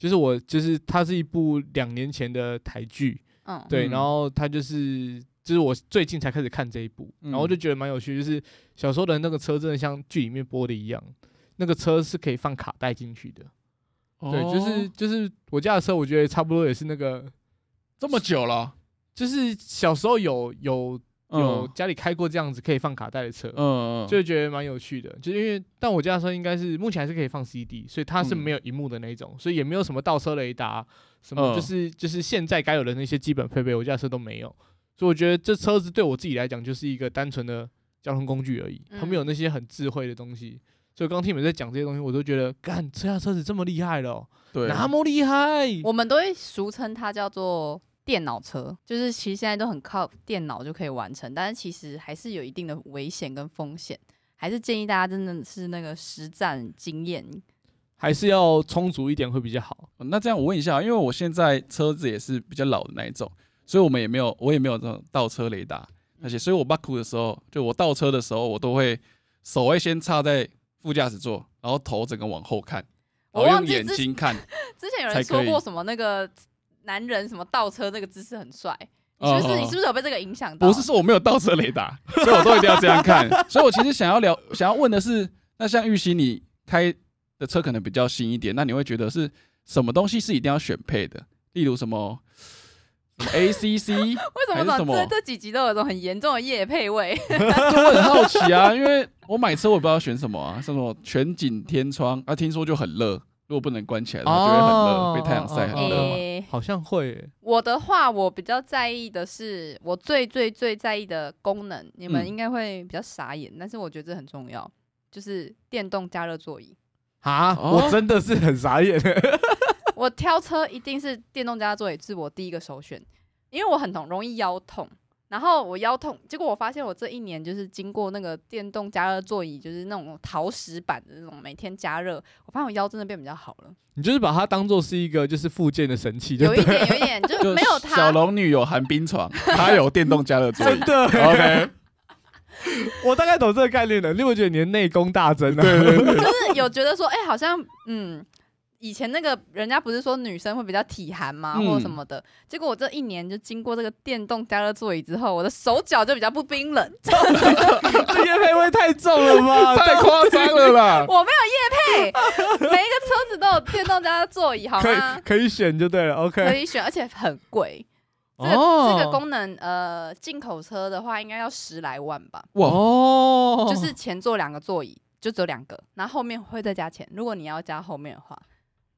Speaker 1: 就是我就是它是一部两年前的台剧，
Speaker 2: 嗯，
Speaker 1: 对，
Speaker 3: 嗯
Speaker 1: 然后它就是就是我最近才开始看这一部，然后
Speaker 3: 嗯
Speaker 1: 就觉得蛮有趣，就是小时候的那个车真的像剧里面播的一样，那个车是可以放卡带进去的， 对，就是
Speaker 3: 哦
Speaker 1: 就是我家的车，我觉得差不多也是那个，
Speaker 3: 这么久了，
Speaker 1: 就是小时候有有有
Speaker 3: 嗯
Speaker 1: 家里开过这样子可以放卡带的车，
Speaker 3: 嗯，嗯
Speaker 1: 就觉得蛮有趣的，就是因为但我家的车应该是目前还是可以放 CD，所以它是
Speaker 3: 嗯
Speaker 1: 没有荧幕的那一种，所以也没有什么倒车雷达，什么
Speaker 3: 嗯
Speaker 1: 就是、就是现在该有的那些基本配备，我家的车都没有，所以我觉得这车子对我自己来讲就是一个单纯的交通工具而已，它没有
Speaker 2: 嗯
Speaker 1: 那些很智慧的东西。所以刚听你们在讲这些东西，我都觉得，干，这辆车子这么厉害了哦、
Speaker 3: 对，
Speaker 1: 那么厉害，
Speaker 2: 我们都会俗称它叫做电脑车，就是其实现在都很靠电脑就可以完成，但是其实还是有一定的危险跟风险，还是建议大家真的是那个实战经验。
Speaker 1: 还是要充足一点会比较好。
Speaker 3: 哦那这样我问一下，因为我现在车子也是比较老的那一种，所以我们也没有我也没有这种倒车雷达那些，所以我 b 库的时候，就我倒车的时候，我都会手会先插在副驾驶座，然后头整个往后看，
Speaker 2: 我
Speaker 3: 然后
Speaker 2: 忘
Speaker 3: 用
Speaker 2: 记
Speaker 3: 眼
Speaker 2: 之
Speaker 3: 睛看，
Speaker 2: 之前有
Speaker 3: 才
Speaker 2: 人
Speaker 3: 可
Speaker 2: 说
Speaker 3: 以
Speaker 2: 过什么那个男人什么倒车这个姿势很帅，你
Speaker 3: 哦
Speaker 2: 是不是、你是不是有被这个影响到？
Speaker 3: 不是说我没有倒车雷达， 所以我都一定要这样看。所以我其实想要聊，想要问的是，那像玉溪你开的车可能比较新一点，那你会觉得是什么东西是一定要选配的？例如什么 ACC，
Speaker 2: 为什
Speaker 3: 还
Speaker 2: 么
Speaker 3: 是什么
Speaker 2: 这这几集都有一种很严重的夜配味？
Speaker 3: 就 我很好奇啊，因为我买车我也不知道选什么啊，像什么全景天窗啊，听说就很热，如果不能关起来的话就会很热，
Speaker 1: 哦
Speaker 3: 被太阳晒很
Speaker 1: 哦
Speaker 3: 热嘛。
Speaker 2: 诶
Speaker 1: 好像会欸耶、
Speaker 2: 我的话，我比较在意的是，我最最最在意的功能，你们
Speaker 3: 嗯
Speaker 2: 应该会比较傻眼，但是我觉得这很重要，就是电动加热座椅。
Speaker 1: 啊，
Speaker 3: 哦
Speaker 1: 我真的是很傻眼。
Speaker 2: 我挑车一定是电动加热座椅是我第一个首选，因为我很容易腰痛。然后我腰痛，结果我发现我这一年就是经过那个电动加热座椅，就是那种陶石板的那种，每天加热，我发现我腰真的变比较好 了，
Speaker 1: 你就是把它当做是一个就是附件的神器，就
Speaker 2: 有一点有一点，就
Speaker 3: 就
Speaker 2: 没有它，
Speaker 3: 小龙女有寒冰床，她有电动加热 座
Speaker 1: 真
Speaker 3: 椅。
Speaker 1: 的耶、
Speaker 3: OK，
Speaker 1: 我大概懂这个概念了。你有没有觉得你的内功大增啊？对
Speaker 2: 就是有觉得说，哎、好像嗯，以前那个人家不是说女生会比较体寒吗，
Speaker 3: 嗯
Speaker 2: 或者什么的，结果我这一年就经过这个电动加热座椅之后，我的手脚就比较不冰冷，
Speaker 1: 这些配味 太重了吧？
Speaker 3: 太夸张了啦！
Speaker 2: 我没有夜配，每一个车子都有电动加座椅，好
Speaker 1: 可以
Speaker 2: 吗？
Speaker 1: 可以选就对了。
Speaker 2: 可
Speaker 1: OK，
Speaker 2: 以哦选，而且很贵。这个、
Speaker 1: 哦
Speaker 2: 这个功能，呃，进口车的话应该要十来万吧，
Speaker 3: 哇，
Speaker 1: 哦，
Speaker 2: 就是前座两个座椅就只有两个，然后后面会再加钱，如果你要加后面的话，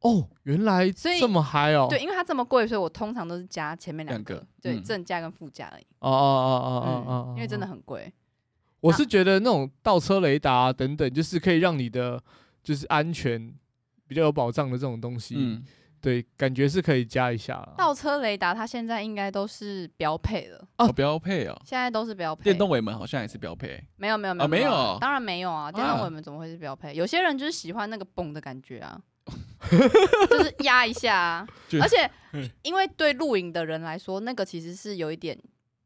Speaker 1: 哦，原来
Speaker 2: 所以
Speaker 1: 这么嗨哦。
Speaker 2: 对，，因为它这么贵，所以我通常都是加前面两个，
Speaker 3: 两个
Speaker 2: 对，
Speaker 3: 嗯
Speaker 2: 正价跟副驾而已，
Speaker 1: 哦哦哦哦哦
Speaker 2: 嗯
Speaker 1: 哦，，
Speaker 2: 因为真的，很贵。
Speaker 1: 我是觉得那种倒车雷达啊等等，就是可以让你的就是安全比较有保障的这种东西，
Speaker 3: 嗯，
Speaker 1: 对，感觉是可以加一下啦。
Speaker 2: 倒车雷达它现在应该都是标配了，
Speaker 3: 哦，标配哦，
Speaker 2: 现在都是标配。
Speaker 3: 电动尾门好像也是标配。
Speaker 2: 没有没有没
Speaker 3: 啊
Speaker 2: 有
Speaker 3: 没有
Speaker 2: 当然没有啊！电动
Speaker 3: 啊
Speaker 2: 尾门怎么会是标配？有些人就是喜欢那个蹦的感觉 啊，就是压一下啊
Speaker 3: 就。
Speaker 2: 而且
Speaker 3: 嗯
Speaker 2: 因为对露营的人来说，那个其实是有一点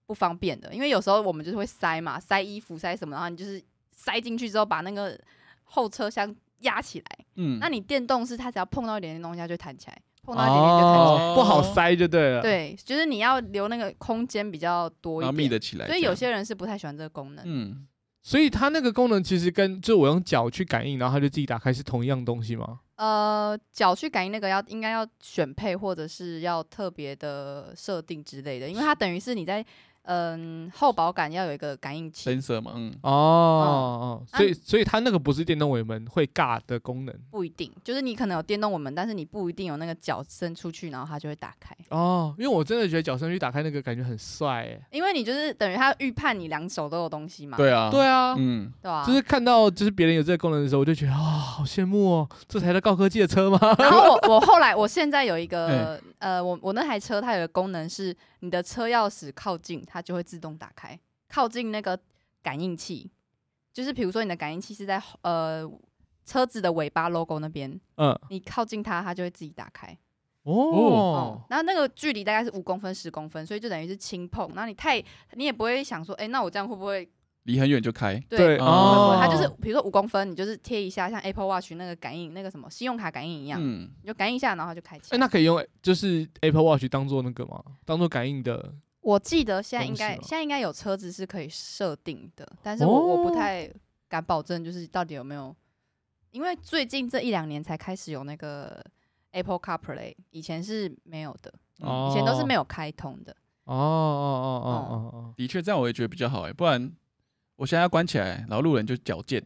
Speaker 2: 不方便的，因为有时候我们就是会塞嘛，塞衣服塞什么，然后你就是塞进去之后把那个后车厢压起来。
Speaker 3: 嗯，
Speaker 2: 那你电动是它只要碰到一点点东西它就弹起来，碰到一点点就弹起来。
Speaker 1: 哦不好塞就对了。，
Speaker 2: 对，就是你要留那个空间比较多
Speaker 3: 然后
Speaker 2: 一
Speaker 3: 密
Speaker 2: 点，
Speaker 3: 得起来
Speaker 2: 所
Speaker 3: 这样，
Speaker 2: 以有些人是不太喜欢这个功能。
Speaker 3: 嗯，
Speaker 1: 所以它那个功能其实跟就我用脚去感应，然后它就自己打开是同一样东西吗？
Speaker 2: 呃，脚去感应那个要应该要选配或者是要特别的设定之类的，因为它等于是你在嗯、后保杆要有一个感应器，
Speaker 3: 深色嘛，嗯，
Speaker 1: 哦哦，
Speaker 2: 啊
Speaker 1: 所以所以它那个不是电动尾门会尬的功能
Speaker 2: 不一定，就是你可能有电动我们，但是你不一定有那个脚伸出去，然后它就会打开，
Speaker 1: 哦，因为我真的觉得脚伸去打开那个感觉很帅哎。
Speaker 2: 因为你就是等于它预判你两手都有东西嘛，
Speaker 3: 对啊，
Speaker 1: 对啊，
Speaker 3: 嗯，
Speaker 2: 对吧、
Speaker 1: 就是看到就是别人有这个功能的时候，我就觉得啊、好羡慕哦，这才叫高科技 的车吗？
Speaker 2: 然后我我后来我现在有一个、呃，我我那台车它有个功能是，你的车钥匙靠近，它就会自动打开，靠近那个感应器，就是比如说你的感应器是在后呃车子的尾巴 logo 那边，
Speaker 1: 嗯，
Speaker 2: 你靠近它，它就会自己打开。
Speaker 1: 哦
Speaker 2: 哦，，那那个距离大概是五公分、十公分，所以就等于是轻碰。那你太你也不会想说，哎、那我这样会不会
Speaker 3: 离很远就开，
Speaker 2: 对？
Speaker 1: 对
Speaker 3: 哦
Speaker 2: 它就是比如说五公分，你就是贴一下，像 Apple Watch 那个感应那个什么信用卡感应一样，
Speaker 3: 嗯，
Speaker 2: 你就感应一下，然后它就开启
Speaker 1: 哎，
Speaker 2: 来。
Speaker 1: 那可以用就是 Apple Watch 当做那个吗？当做感应的
Speaker 2: 我记得现在应该
Speaker 1: 东西哦
Speaker 2: 现在应该有车子是可以设定的，但是我、我不
Speaker 1: 哦
Speaker 2: 太敢保证，就是到底有没有，因为最近这一两年才开始有那个 Apple CarPlay，以前是没有的，
Speaker 1: 哦
Speaker 2: 以前都是没有嗯开通的。
Speaker 1: 哦哦哦哦哦
Speaker 3: 的确这样我也觉得比较好哎、不然我现在要关起来，然后路人就矫健，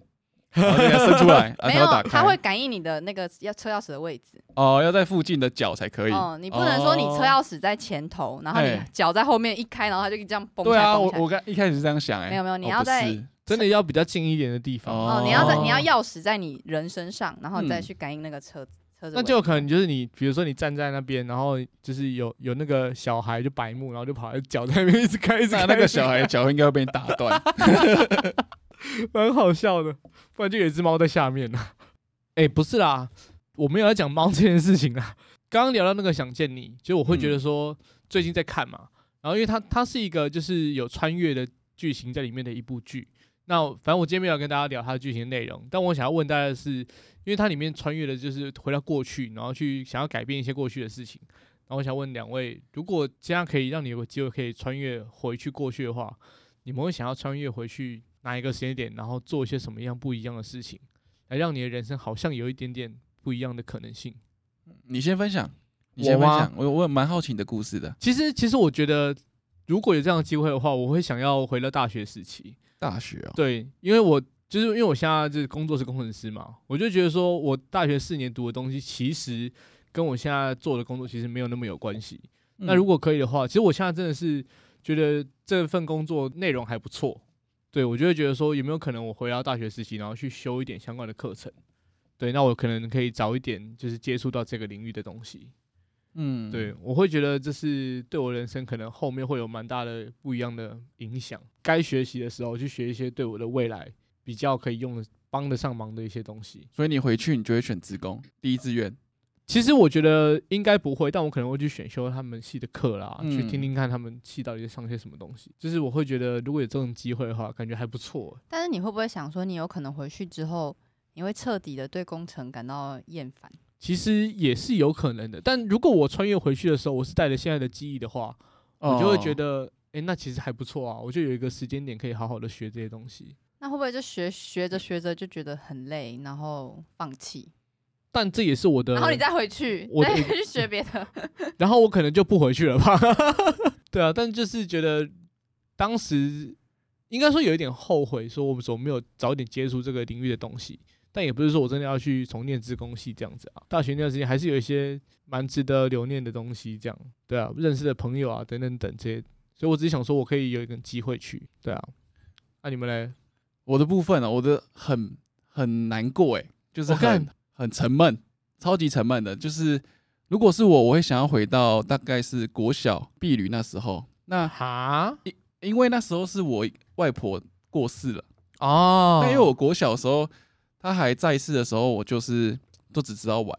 Speaker 3: 然后就给他伸出 来，啊，
Speaker 2: 没
Speaker 3: 他
Speaker 2: 有
Speaker 3: 要打，
Speaker 2: 它会
Speaker 3: 开，
Speaker 2: 感应你的那个要车钥匙的位置。
Speaker 3: 哦，要在附近的脚才可以。
Speaker 2: 哦，你不能说你
Speaker 3: 哦
Speaker 2: 车钥匙在前头，然后你
Speaker 3: 哎
Speaker 2: 脚在后面一开，然后它就这样蹦起
Speaker 3: 对
Speaker 2: 来
Speaker 3: 啊，
Speaker 2: 蹦
Speaker 3: 我
Speaker 2: 起来。
Speaker 3: 我刚一开始是这样想哎、
Speaker 2: 没有没有你
Speaker 3: 哦
Speaker 2: 要
Speaker 3: 不
Speaker 2: 在
Speaker 3: 是
Speaker 1: 真的要比较近一点的地方
Speaker 2: 哦，你要在
Speaker 3: 哦
Speaker 2: 你要钥匙在你人身上，然后你再
Speaker 3: 嗯
Speaker 2: 去感应那个车子。车子
Speaker 1: 那
Speaker 2: 位
Speaker 1: 就有
Speaker 2: 置
Speaker 1: 可能就是你，比如说你站在那边，然后就是有有那个小孩就白目，然后就跑来脚在那边一直开，一直
Speaker 3: 那
Speaker 1: 开，
Speaker 3: 那个小孩脚应该会被你打 断。
Speaker 1: 蛮好笑的。不然就有一只猫在下面呢、哎、不是啦，我没有要讲猫这件事情啦。刚刚聊到那个想见你，就我会觉得说最近在看嘛，然后因为它它是一个就是有穿越的剧情在里面的一部剧。那我反正我今天没有跟大家聊它的剧情内容，但我想要问大家的是，因为它里面穿越的就是回到过去，然后去想要改变一些过去的事情。然后我想问两位，如果这样可以让你有个机会可以穿越回去过去的话，你们会想要穿越回去哪一个时间点，然后做一些什么样不一样的事情，来让你的人生好像有一点点不一样的可能性？
Speaker 3: 你先分享，你先
Speaker 1: 我
Speaker 3: 分
Speaker 1: 吗
Speaker 3: 享，我我蛮好奇你的故事的。
Speaker 1: 其实，其实我觉得，如果有这样的机会的话，我会想要回到大学时期。
Speaker 3: 大学哦，
Speaker 1: 对，因为我就是因为我现在就是工作是工程师嘛，我就觉得说我大学四年读的东西，其实跟我现在做的工作其实没有那么有关系。那如果
Speaker 3: 果
Speaker 1: 可以的话，其实我现在真的是觉得这份工作内容还不错，对我就会觉得说有没有可能我回到大学时期，然后去修一点相关的课程，对，那我可能可以早一点就是接触到这个领域的东西，
Speaker 3: 嗯
Speaker 1: 对我会觉得这是对我人生可能后面会有蛮大的不一样的影响。该学习的时候去学一些对我的未来比较可以用的、帮得上忙的一些东西。
Speaker 3: 所以你回去你就会选职工第一志愿，
Speaker 1: 其实我觉得应该不会，但我可能会去选修他们系的课啦，
Speaker 3: 嗯
Speaker 1: 去听听看他们系到底在上些什么东西。就是我会觉得，如果有这种机会的话，感觉还不错。
Speaker 2: 但是你会不会想说，你有可能回去之后，你会彻底的对工程感到厌烦？
Speaker 1: 其实也是有可能的，但如果我穿越回去的时候，我是带着现在的记忆的话，
Speaker 3: 哦
Speaker 1: 我就会觉
Speaker 3: 得
Speaker 1: 得，诶，那其实还不错啊。我就有一个时间点可以好好的学这些东西。
Speaker 2: 那会不会就学学着学着就觉得很累，然后放弃，
Speaker 1: 但这也是我的，
Speaker 2: 然后你再回去，
Speaker 1: 呃我的
Speaker 2: 再去学别的？
Speaker 1: 然后我可能就不回去了吧。 对啊，但就是觉得当时应该说有一点后悔，说我们怎么没有早点接触这个领域的东西。但也不是说我真的要去重念自工系这样子啊，大学那段时间还是有一些蛮值得留念的东西，这样对啊，认识的朋友啊等等等这些，所以我只是想说我可以有一个机会去，对啊。那、你们嘞？
Speaker 3: 我的部分啊呢，我的很很难过哎，就是
Speaker 1: 我看
Speaker 3: 很很沉闷，超级沉闷的。就是如果是我，我会想要回到大概是国小毕旅那时候，那
Speaker 1: 哈
Speaker 3: 因为那时候是我外婆过世了。
Speaker 1: 哦
Speaker 3: 但因为我国小的时候，他还在世的时候，我就是都只知道玩。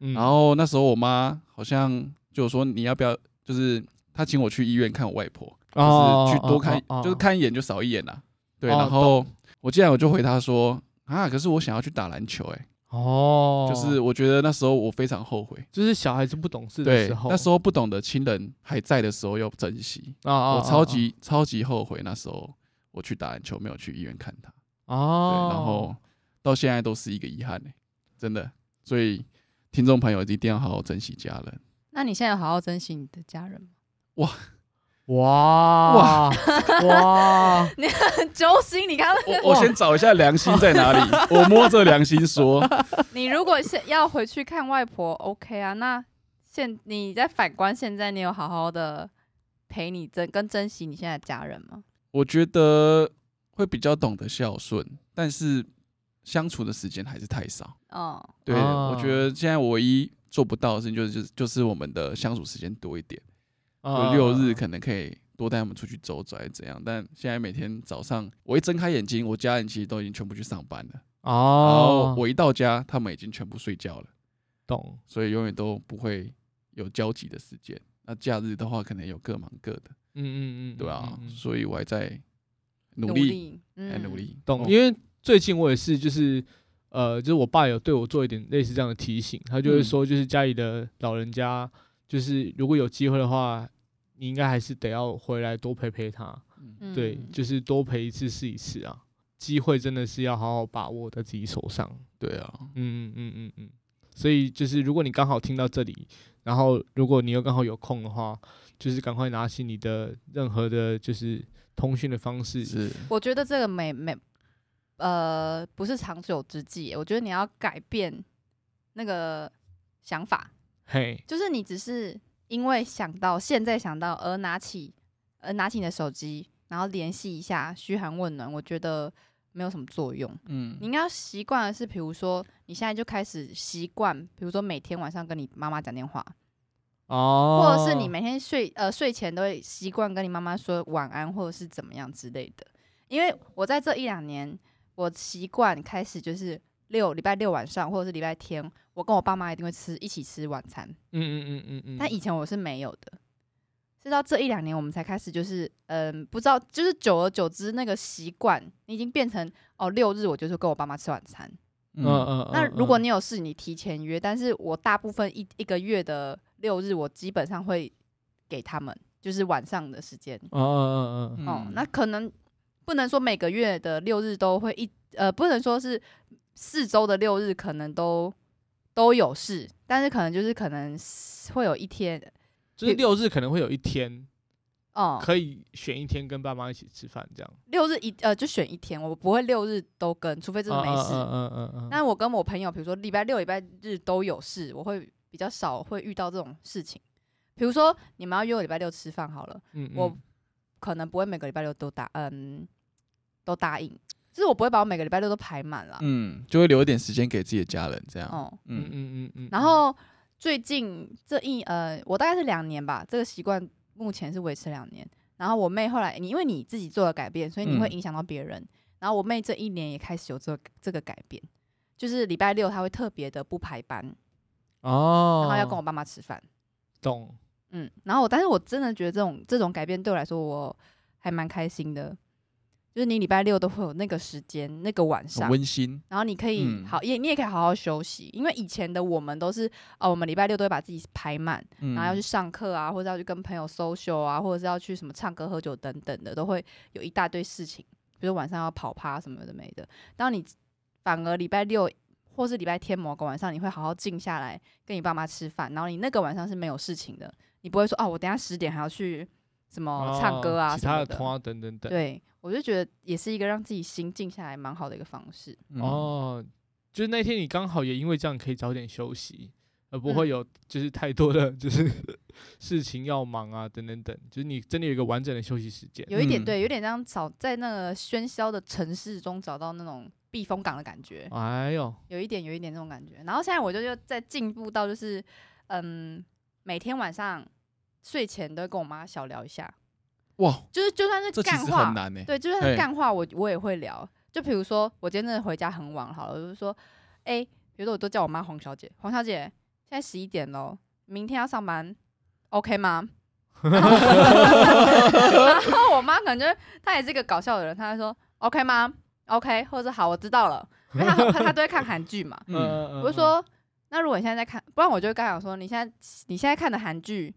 Speaker 1: 嗯
Speaker 3: 然后那时候我妈好像就说你要不要，就是她请我去医院看我外婆，
Speaker 1: 哦
Speaker 3: 就是去多看，
Speaker 1: 哦哦
Speaker 3: 就是看一眼就少一眼啦、对，
Speaker 1: 哦
Speaker 3: 然后我竟然我就回她说啊，可是我想要去打篮球、欸，
Speaker 1: 哦，
Speaker 3: 就是我觉得那时候我非常后悔。
Speaker 1: 就是小孩子不懂事的
Speaker 3: 对
Speaker 1: 时候，，
Speaker 3: 那时候不懂得亲人还在的时候要珍惜，
Speaker 1: 啊啊，
Speaker 3: 我
Speaker 1: 啊
Speaker 3: 超级超级后悔那时候我去打篮球没有去医院看他。对，
Speaker 1: 哦，
Speaker 3: 然后到现在都是一个遗憾呢、真的。所以听众朋友一定要好好珍惜家 人。
Speaker 2: 那你现在有好好珍惜你的家人吗？
Speaker 1: 哇哇哇，
Speaker 2: 揪心，你刚刚
Speaker 3: 我我先找一下良心在哪里，我摸着良心说，
Speaker 2: 你如果是要回去看外婆，OK 啊？那现你在反观现在，你有好好的陪你珍跟珍惜你现在的家人吗？
Speaker 3: 我觉得会比较懂得孝顺，但是相处的时间还是太少。
Speaker 2: 嗯，
Speaker 3: 对，
Speaker 1: 啊
Speaker 3: 我觉得现在我唯一做不到的事情就是就是就是我们的相处时间多一点。
Speaker 1: 啊
Speaker 3: 就六日可能可以多带他们出去走走，还是怎样？但现在每天早上我一睁开眼睛，我家人其实都已经全部去上班了，然后
Speaker 1: 哦，
Speaker 3: 我一到家，他们已经全部睡觉了，
Speaker 1: 懂
Speaker 3: 所以永远都不会有交集的时间。那假日的话，可能有各忙各的，
Speaker 1: 嗯嗯嗯，
Speaker 3: 对啊，
Speaker 1: 嗯嗯嗯
Speaker 3: 所以我还在努
Speaker 2: 努
Speaker 3: 力，还
Speaker 2: 嗯，
Speaker 3: 努。力。
Speaker 1: 懂，
Speaker 3: 哦
Speaker 1: 因为最近我也是就是。呃，就是我爸有对我做一点类似这样的提醒，他就会
Speaker 3: 嗯
Speaker 1: 说，就是家里的老人家，就是如果有机会的话，你应该还是得要回来多陪陪他。
Speaker 3: 嗯
Speaker 2: 嗯
Speaker 1: 对，就是多陪一次是一次啊，机会真的是要好好把握在自己手上。
Speaker 3: 对啊，
Speaker 1: 嗯嗯嗯嗯嗯。所以就是，如果你刚好听到这里，然后如果你又刚好有空的话，就是赶快拿起你的任何的，就是通讯的方式。
Speaker 3: 是
Speaker 2: 我觉得这个没没，呃，不是长久之计耶。我觉得你要改变那个想法，
Speaker 1: 嘿，
Speaker 2: 就是你只是因为想到现在想到而拿起，呃，拿起你的手机，然后联系一下嘘寒问暖，我觉得没有什么作用。
Speaker 3: 嗯
Speaker 2: 你应该要习惯的是，比如说你现在就开始习惯，比如说每天晚上跟你妈妈讲电话，
Speaker 1: 哦
Speaker 2: 或，者是你每天睡呃睡前都会习惯跟你妈妈说晚安，或者是怎么样之类的。因为我在这一两年，我习惯开始就是六礼拜六晚上或者是礼拜天，我跟我爸妈一定会吃一起吃晚餐。
Speaker 1: 嗯嗯嗯嗯嗯，
Speaker 2: 但以前我是没有的，是到这一两年我们才开始，就是嗯，不知道，就是久而久之那个习惯，你已经变成哦，六日我就是跟我爸妈吃晚餐。
Speaker 1: 嗯嗯，
Speaker 2: 那如果
Speaker 1: 嗯
Speaker 2: 你有事，你提前约，但是我大部分一一个月的六日，我基本上会给他们，就是晚上的时间。
Speaker 1: 嗯嗯嗯嗯，
Speaker 2: 哦，那可能不能说每个月的六日都会一呃，不能说是四周的六日可能都都有事，但是可能就是可能会有一天
Speaker 1: 就是六日可能会有一天
Speaker 2: 哦，
Speaker 1: 可以选一天跟爸妈一起吃饭这样，
Speaker 2: 六日一呃就选一天，我不会六日都跟，除非真的没事。
Speaker 1: 嗯嗯嗯嗯嗯，
Speaker 2: 但我跟我朋友，比如说礼拜六、礼拜日都有事，我会比较少会遇到这种事情。比如说你们要约我礼拜六吃饭好了，
Speaker 1: 嗯嗯
Speaker 2: 我可能不会每个礼拜六都答嗯都答应，就是我不会把我每个礼拜六都排满了。
Speaker 3: 嗯，就会留一点时间给自己的家人，这样。
Speaker 2: 哦、
Speaker 1: 嗯
Speaker 3: 嗯
Speaker 1: 嗯嗯嗯，
Speaker 2: 然后最近这一呃，我大概是两年吧，这个习惯目前是维持两年。然后我妹后来，你因为你自己做了改变，所以你会
Speaker 3: 嗯
Speaker 2: 影响到别人。然后我妹这一年也开始有这这个改变，就是礼拜六她会特别的不排班，
Speaker 1: 哦，
Speaker 2: 然后要跟我爸妈吃饭。
Speaker 1: 懂，
Speaker 2: 嗯，然后我但是我真的觉得这种这种改变对我来说，我还蛮开心的。就是你礼拜六都会有那个时间，那个晚
Speaker 3: 很
Speaker 2: 上，
Speaker 3: 温馨，
Speaker 2: 然后你可以、
Speaker 3: 哦嗯
Speaker 2: 好也你也可以好好休息，因为以前的我们都是哦，我们礼拜六都会把自己排满，
Speaker 3: 然
Speaker 1: 嗯
Speaker 2: 然后要去上课啊，或者要去跟朋友 social 啊，或者是要去什么唱歌、喝酒等等的，都会有一大堆事情，比如晚上要跑趴什么的没的。当你反而礼拜六或是礼拜天某个晚上，你会好好静下来跟你爸妈吃饭，然后你那个晚上是没有事情的，你不会说哦，我等一下十点还要去什么唱歌
Speaker 1: 哦
Speaker 2: 啊
Speaker 1: 其
Speaker 2: 什
Speaker 1: 他
Speaker 2: 么
Speaker 1: 的
Speaker 2: 的。
Speaker 1: 通啊等等等，
Speaker 2: 对，我就觉得也是一个让自己心静下来蛮好的一个方式。
Speaker 3: 嗯
Speaker 1: 哦，就是那天你刚好也因为这样可以早点休息，而不会
Speaker 2: 嗯
Speaker 1: 有就是太多的 就是事情要忙啊等等等，就是你真的有一个完整的休息时间。
Speaker 2: 有一点、
Speaker 3: 嗯
Speaker 2: 对，有点像找在那个喧嚣的城市中找到那种避风港的感觉。
Speaker 1: 哎呦，
Speaker 2: 有一点有一点这种感觉。然后现在我就又在进步到就是，嗯，每天晚上睡前都会跟我妈小聊一下，
Speaker 3: 哇，
Speaker 2: 就是就算
Speaker 3: 这
Speaker 2: 是
Speaker 3: 其
Speaker 2: 干
Speaker 3: 实
Speaker 2: 话
Speaker 3: 很，难欸呢。
Speaker 2: 对，就算
Speaker 3: 对
Speaker 2: 是干话我，我也会聊。就比如说我今天真的回家很晚好了，我就说，哎、比如说我都叫我妈黄小姐，黄小姐，现在十一点喽，明天要上班，OK 吗？ 然后然后我妈可能就她也是一个搞笑的人，她就说 OK 吗？OK，或者是好，我知道了， 因为她她她都会看韩剧嘛，
Speaker 3: 嗯，
Speaker 2: 我就说，那如果你现在在看，不然我就会刚讲说，你现在你现在看的韩剧，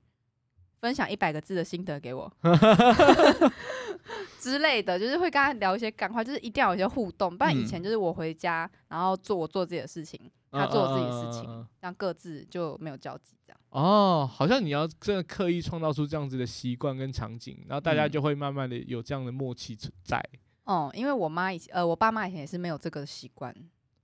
Speaker 2: 分享一百个字的心得给我之类的，就是会跟他聊一些干话，就是一定要有一些互动，不然以
Speaker 3: 嗯
Speaker 2: 前就是我回家，然后做我做自己的事情，他
Speaker 1: 嗯
Speaker 2: 做自己的事。
Speaker 1: 嗯嗯嗯
Speaker 2: 情，
Speaker 1: 嗯嗯
Speaker 2: 这样各自就没有交集，这样。
Speaker 1: 哦，好像你要真的刻意创造出这样子的习惯跟场景，然后大家
Speaker 3: 嗯
Speaker 1: 就会慢慢的有这样的默契存在。
Speaker 2: 哦、因为我妈以前，呃，我爸妈以前也是没有这个习惯，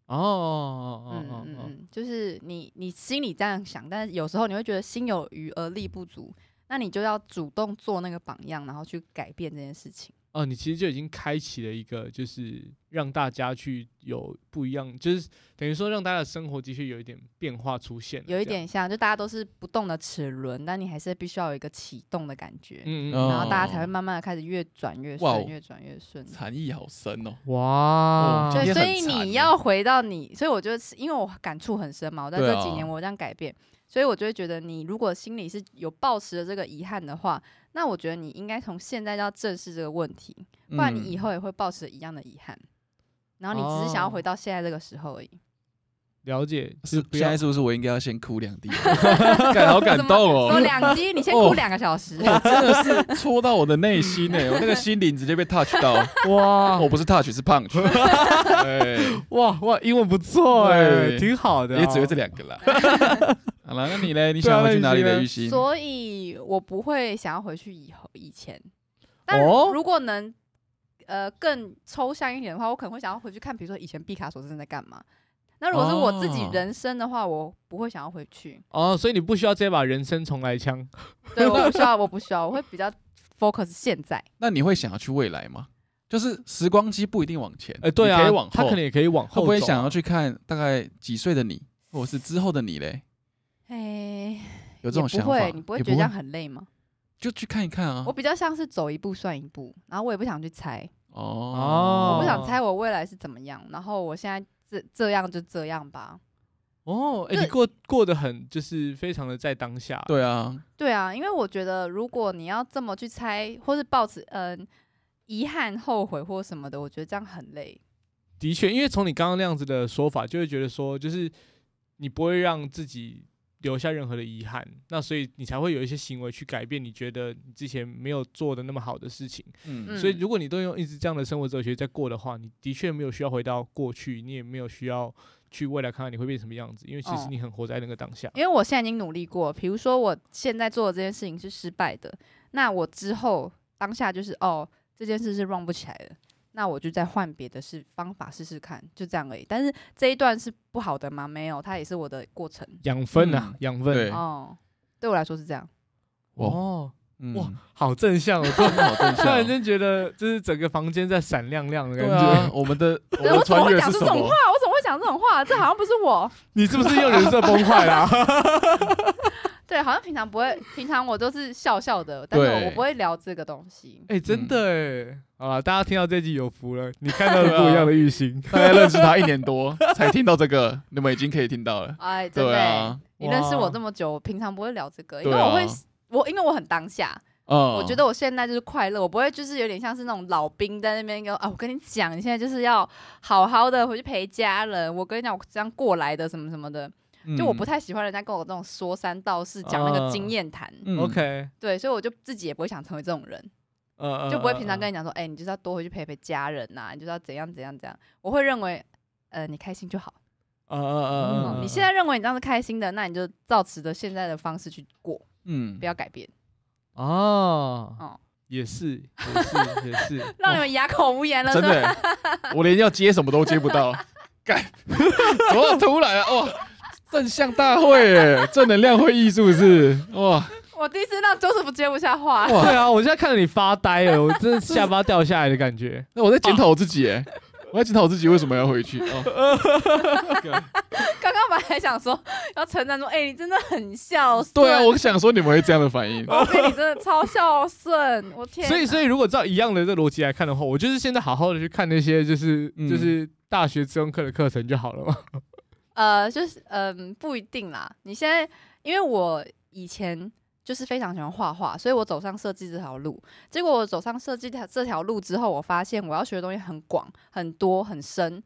Speaker 1: 哦哦哦
Speaker 2: 嗯
Speaker 1: 哦
Speaker 2: 嗯
Speaker 1: 哦哦，
Speaker 2: 嗯，就是你你心里这样想，但是有时候你会觉得心有余而力不足，那你就要主动做那个榜样，然后去改变这件事情。
Speaker 1: 哦，你其实就已经开启了一个，就是让大家去有不一样，就是等于说让大家的生活的确有一点变化出现了，
Speaker 2: 有一
Speaker 1: 这样，
Speaker 2: 点像，就大家都是不动的齿轮，但你还是必须要有一个启动的感觉，
Speaker 1: 嗯嗯，
Speaker 2: 然后大家才
Speaker 3: 哦
Speaker 2: 会慢慢的开始越转越
Speaker 3: 哇哦
Speaker 2: 顺，越转越顺。
Speaker 3: 禅意好深哦。
Speaker 1: 哇，
Speaker 3: 哦
Speaker 2: 对，
Speaker 3: 也
Speaker 2: 所
Speaker 3: 很
Speaker 2: 以
Speaker 3: 惨
Speaker 2: 你
Speaker 3: 耶
Speaker 2: 要回到你，所以我觉得是因为我感触很深嘛，我在
Speaker 3: 对
Speaker 2: 这
Speaker 3: 啊
Speaker 2: 几年我这样改变，所以我就会觉得你如果心里是有抱持着这个遗憾的话，那我觉得你应该从现在就要正视这个问题，不然你
Speaker 3: 嗯
Speaker 2: 以后也会抱持一样的遗憾。然后你只是想要
Speaker 1: 哦
Speaker 2: 回到现在这个时候而已，
Speaker 1: 了解，就是不
Speaker 3: 现
Speaker 1: 要
Speaker 3: 在是不是我应该要先哭两啊滴？ 感好感动
Speaker 2: 说
Speaker 3: 哦，
Speaker 2: 两集，你先
Speaker 3: 哦
Speaker 2: 哭两个小 时，
Speaker 3: 戳到我的内心呢，我那个心灵直接被 touch 到。
Speaker 1: 哇
Speaker 3: 我不是哦 touch 是 punch，哎，
Speaker 1: 哇哇，英文不错哎，
Speaker 3: 对啊
Speaker 1: 挺好的哦，
Speaker 3: 也只会这两个 啦。好了，那你呢？你
Speaker 1: 对啊
Speaker 3: 想回
Speaker 1: 那
Speaker 3: 去
Speaker 1: 你
Speaker 3: 哪里
Speaker 1: 呢
Speaker 3: 的玉溪？
Speaker 2: 所以我不会想要回去以后以前。但
Speaker 1: 哦
Speaker 2: 如果能呃更抽象一点的话，我可能会想要回去看，比如说以前毕卡索真的在干嘛。那如果是我自己
Speaker 3: 哦
Speaker 2: 人生的话，我不会想要回去。
Speaker 1: 哦，所以你不需要再把人生重来枪，
Speaker 2: 对，我不需要，我不需要，我会比较 focus 现在。
Speaker 3: 那你会想要去未来吗？就是时光机不一定往前，
Speaker 1: 哎，对
Speaker 3: 呃你
Speaker 1: 啊
Speaker 3: 可以往，
Speaker 1: 他
Speaker 3: 后，
Speaker 1: 可能也可以往
Speaker 3: 会
Speaker 1: 后，啊
Speaker 3: 不会想要？去看大概几岁的你，或者是之后的你嘞？
Speaker 2: 哎，
Speaker 3: 有这种
Speaker 2: 也
Speaker 3: 想
Speaker 2: 不
Speaker 3: 法？
Speaker 2: 会，你不会
Speaker 3: 也
Speaker 2: 觉得这样很累吗？
Speaker 3: 就去看一看啊
Speaker 2: 我？比较像是走一步算一步，然后我也不想去猜，
Speaker 1: 哦
Speaker 2: 我不
Speaker 3: 哦，
Speaker 2: 想猜我未来是怎么样，然后我现在这这样就这样吧。
Speaker 1: 哦，哎，
Speaker 2: 对
Speaker 1: 你过过得很就是非常的在当下，
Speaker 3: 对啊，
Speaker 2: 对啊，因为我觉得如果你要这么去猜，或是抱持嗯、遗憾、后悔或什么的，我觉得这样很累。
Speaker 1: 的确，因为从你刚刚那样子的说法，就会觉得说，就是你不会让自己留下任何的遗憾，那所以你才会有一些行为去改变你觉得你之前没有做的那么好的事情。
Speaker 3: 嗯
Speaker 2: 嗯
Speaker 1: 所以，如果你都用一直这样的生活哲学在过的话，你的确没有需要回到过去，你也没有需要去未来看看你会变什么样子，因为其实
Speaker 2: 哦
Speaker 1: 你很活在那个当下。
Speaker 2: 因为我现在已经努力过，比如说我现在做的这件事情是失败的，那我之后当下就是哦，这件事是 run 不起来的，那我就再换别的事方法试试看，就这样而已。但是这一段是不好的吗？没有，它也是我的过程。
Speaker 1: 养分啊
Speaker 3: 嗯，
Speaker 1: 养、分
Speaker 3: 对
Speaker 2: 哦，对我来说是这样。
Speaker 3: 哇
Speaker 1: 哦，
Speaker 3: 嗯
Speaker 1: 哇好正向哦！ 突
Speaker 3: 好正
Speaker 1: 突然
Speaker 3: 向。
Speaker 1: 间觉得，就是整个房间在闪亮亮的感
Speaker 3: 对
Speaker 1: 觉。
Speaker 3: 啊，我们的我们
Speaker 2: 我怎
Speaker 3: 的
Speaker 2: 么
Speaker 3: 穿
Speaker 2: 会
Speaker 3: 越
Speaker 2: 讲
Speaker 3: 是
Speaker 2: 出
Speaker 3: 什
Speaker 2: 这种话？
Speaker 3: 么？
Speaker 2: 我怎么会讲这种话？这好像不是我。
Speaker 1: 你是不是又人设崩坏啊啦、
Speaker 2: 对，好像平常不会，平常我都是笑笑的，但是我
Speaker 3: 对
Speaker 2: 我不会聊这个东西。
Speaker 1: 哎、真
Speaker 3: 嗯
Speaker 1: 的哎、好了，大家听到这集有福了，你看到了
Speaker 3: 对啊
Speaker 1: 不一样的玉兴。
Speaker 3: 大概认识他一年多 才听到这个，你们已经可以听到了。
Speaker 2: 哎，真
Speaker 3: 对
Speaker 2: 的欸、
Speaker 3: 啊，
Speaker 2: 你认识
Speaker 1: 哇
Speaker 2: 我这么久，我平常不会聊这个，因
Speaker 3: 对
Speaker 2: 为我会，
Speaker 3: 啊
Speaker 2: 我因为我很当下，
Speaker 3: 嗯，
Speaker 2: 我觉得我现在就是快乐，我不会就是有点像是那种老兵在那边跟我啊，我跟你讲，你现在就是要好好的回去陪家人，我跟你讲，我这样过来的什么什么的，就我不
Speaker 3: 太
Speaker 2: 太喜欢人家跟我这种说三道四，讲那
Speaker 1: 啊
Speaker 2: 个经验谈，
Speaker 3: 嗯
Speaker 1: OK，
Speaker 2: 对，所以我就自己也不会想成为这种人。
Speaker 1: 呃，
Speaker 2: 就不会平常跟你讲说，哎、你就是要多回去陪陪家人呐、你就是要怎样怎样怎样。我会认为，呃，你开心就好。
Speaker 1: 呃呃呃
Speaker 2: 嗯
Speaker 1: 呃，
Speaker 2: 你现在认为你这样是开心的，那你就照持着现在的方式去过，
Speaker 3: 嗯
Speaker 2: 不要改变。
Speaker 1: 哦，
Speaker 2: 哦
Speaker 1: 也是也是也是，
Speaker 2: 让你们哑口无言了，
Speaker 3: 真
Speaker 2: 是吧？
Speaker 3: 的欸，我连要接什么都接不到，干，怎么突然啊？哇，正向大会耶，正能量会议是不是？哇
Speaker 2: 我第一次让 Joseph 接不下话。
Speaker 1: 哇对啊，我现在看着你发呆了，我真的下巴掉下来的感觉。
Speaker 3: 那我在检讨我自己耶，我在检讨我自己为什么要回去哦。干
Speaker 2: 刚刚本来想说要称赞说，哎、你真的很孝顺。
Speaker 3: 对啊，我想说你们会这样的反应，
Speaker 2: 我被你真的超孝顺，我天哪。
Speaker 1: 所以所以如果照一样的这逻辑来看的话，我就是现在好好的去看那些就是
Speaker 3: 嗯
Speaker 1: 就是大学自用课的课程就好了嘛。
Speaker 2: 呃，就是嗯、不一定啦。你现在，因为我以前就是非常喜欢画画，所以我走上设计这条路。结果我走上设计条这条路之后，我发现我要学的东西很广、很多、很深。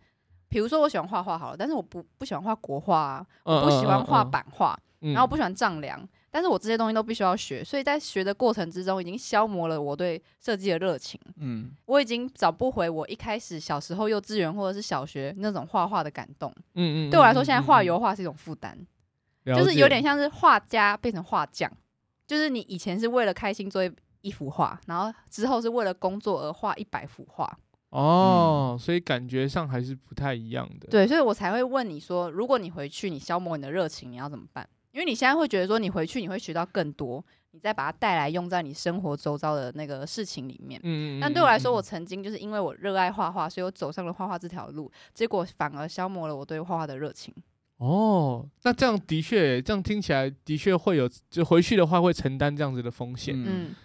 Speaker 2: 比如说，我喜欢画画好了，但是我不不喜欢画国画、啊，
Speaker 1: 我
Speaker 2: 不喜欢画，版画，
Speaker 1: 嗯嗯嗯嗯
Speaker 2: 然后我不喜欢丈量。但是我这些东西都必须要学，所以在学的过程之中，已经消磨了我对设计的热情。
Speaker 3: 嗯
Speaker 2: 我已经找不回我一开始小时候幼稚园或者是小学那种画画的感动。
Speaker 1: 嗯嗯，
Speaker 2: 对我来说，现在画油画是一种负担，
Speaker 1: 就
Speaker 2: 就是有点像是画家变成画匠，就是你以前是为了开心做一一幅画，然后之后是为了工作而画一百幅画，
Speaker 1: 哦，所以感觉上还是不太一样的。
Speaker 2: 对，所以我才会问你说，如果你回去，你消磨你的热情，你要怎么办？因为你现在会觉得说，你回去你会学到更多，你你再把它带来用在你生活周遭的那个事情里面。
Speaker 1: 嗯
Speaker 2: 但对我来说，我曾经就是因为我热爱画画，所以我走上了画画这条路，结果反而消磨了我对画画的热情。
Speaker 1: 哦，那这样的确，这样听起来的确会有，就回去的话会承担这样子的风险。
Speaker 3: 嗯
Speaker 2: 嗯，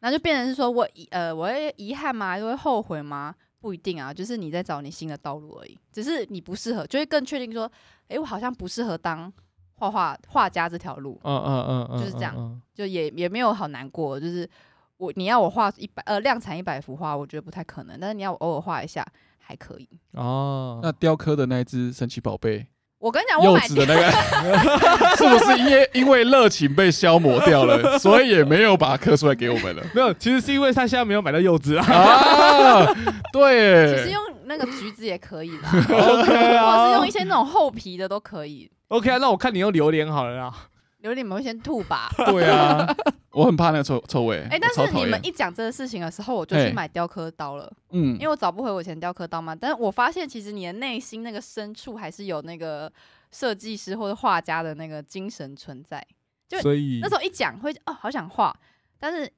Speaker 2: 那就变成是说我遗呃，我会遗憾吗？就会后悔吗？不一定啊，就是你在找你新的道路而已，只是你不适合，就会更确定说，诶，我好像不适合当画画画家这条路，
Speaker 1: 嗯嗯嗯嗯，
Speaker 2: 就是这样
Speaker 1: 嗯。嗯
Speaker 2: 就也也没有好难过，就是我你要我画一百呃量产一百幅画，我觉得不太可能，但是你要我偶尔画一下还可以。
Speaker 1: 哦，
Speaker 3: 那雕刻的那一只神奇宝贝，
Speaker 2: 我跟你讲，我
Speaker 3: 柚
Speaker 2: 买
Speaker 3: 子的那个， 是不是因为因为热情被消磨掉了，所以也没有把它刻出来给我们了？
Speaker 1: 没有，其实是因为他现在没有买到柚子啊。
Speaker 3: 啊，
Speaker 2: 其实
Speaker 3: 对，
Speaker 2: 用那个橘子也可以啦，
Speaker 1: OK
Speaker 2: 或是
Speaker 1: 啊
Speaker 2: 用一些那种厚皮的都可以。
Speaker 1: ，OK 啊，那我看你用榴莲好了啦。
Speaker 2: 榴莲你们会先吐吧？
Speaker 3: 对啊，我很怕那个臭臭味。
Speaker 2: 哎、但
Speaker 3: 我超
Speaker 2: 是
Speaker 3: 讨
Speaker 2: 你们
Speaker 3: 厌
Speaker 2: 一讲这个事情的时候，我就
Speaker 3: 哎
Speaker 2: 去买雕刻刀了，
Speaker 3: 嗯
Speaker 2: 因为我找不回我以前雕刻刀嘛。但是我发现其实你的内心那个深处还是有那个设计师或者画家的那个精神存在。就
Speaker 1: 所以
Speaker 3: 嗯
Speaker 2: 那时候一讲会哦，好想画，但是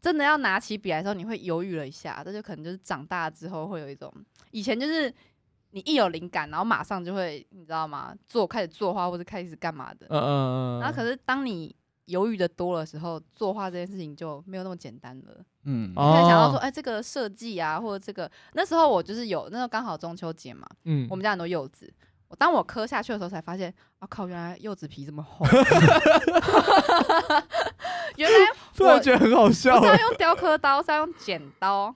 Speaker 2: 真的要拿起笔来的时候，你会犹豫了一下，这就可能就是长大之后会有一种，以前就是你一有灵感，然后马上就会你知道吗？做开始作画或者开始干嘛的，
Speaker 1: 嗯嗯嗯，
Speaker 2: 然后可
Speaker 1: 是
Speaker 2: 是当你犹豫的多的时候，作画这件事情就没有那么简单了。
Speaker 3: 嗯
Speaker 1: 哦
Speaker 2: 开始想到说，哎、这个设计啊，或者这个，那时候我就是有，那时候刚好中秋节嘛，
Speaker 1: 嗯
Speaker 2: 我们家很多柚子。我当我磕下去的时候，才发现，啊靠，原来柚子皮这么厚。 原来
Speaker 1: 突然觉得很好笑
Speaker 2: 不是
Speaker 1: 欸。
Speaker 2: 要用雕刻刀，是要用剪刀，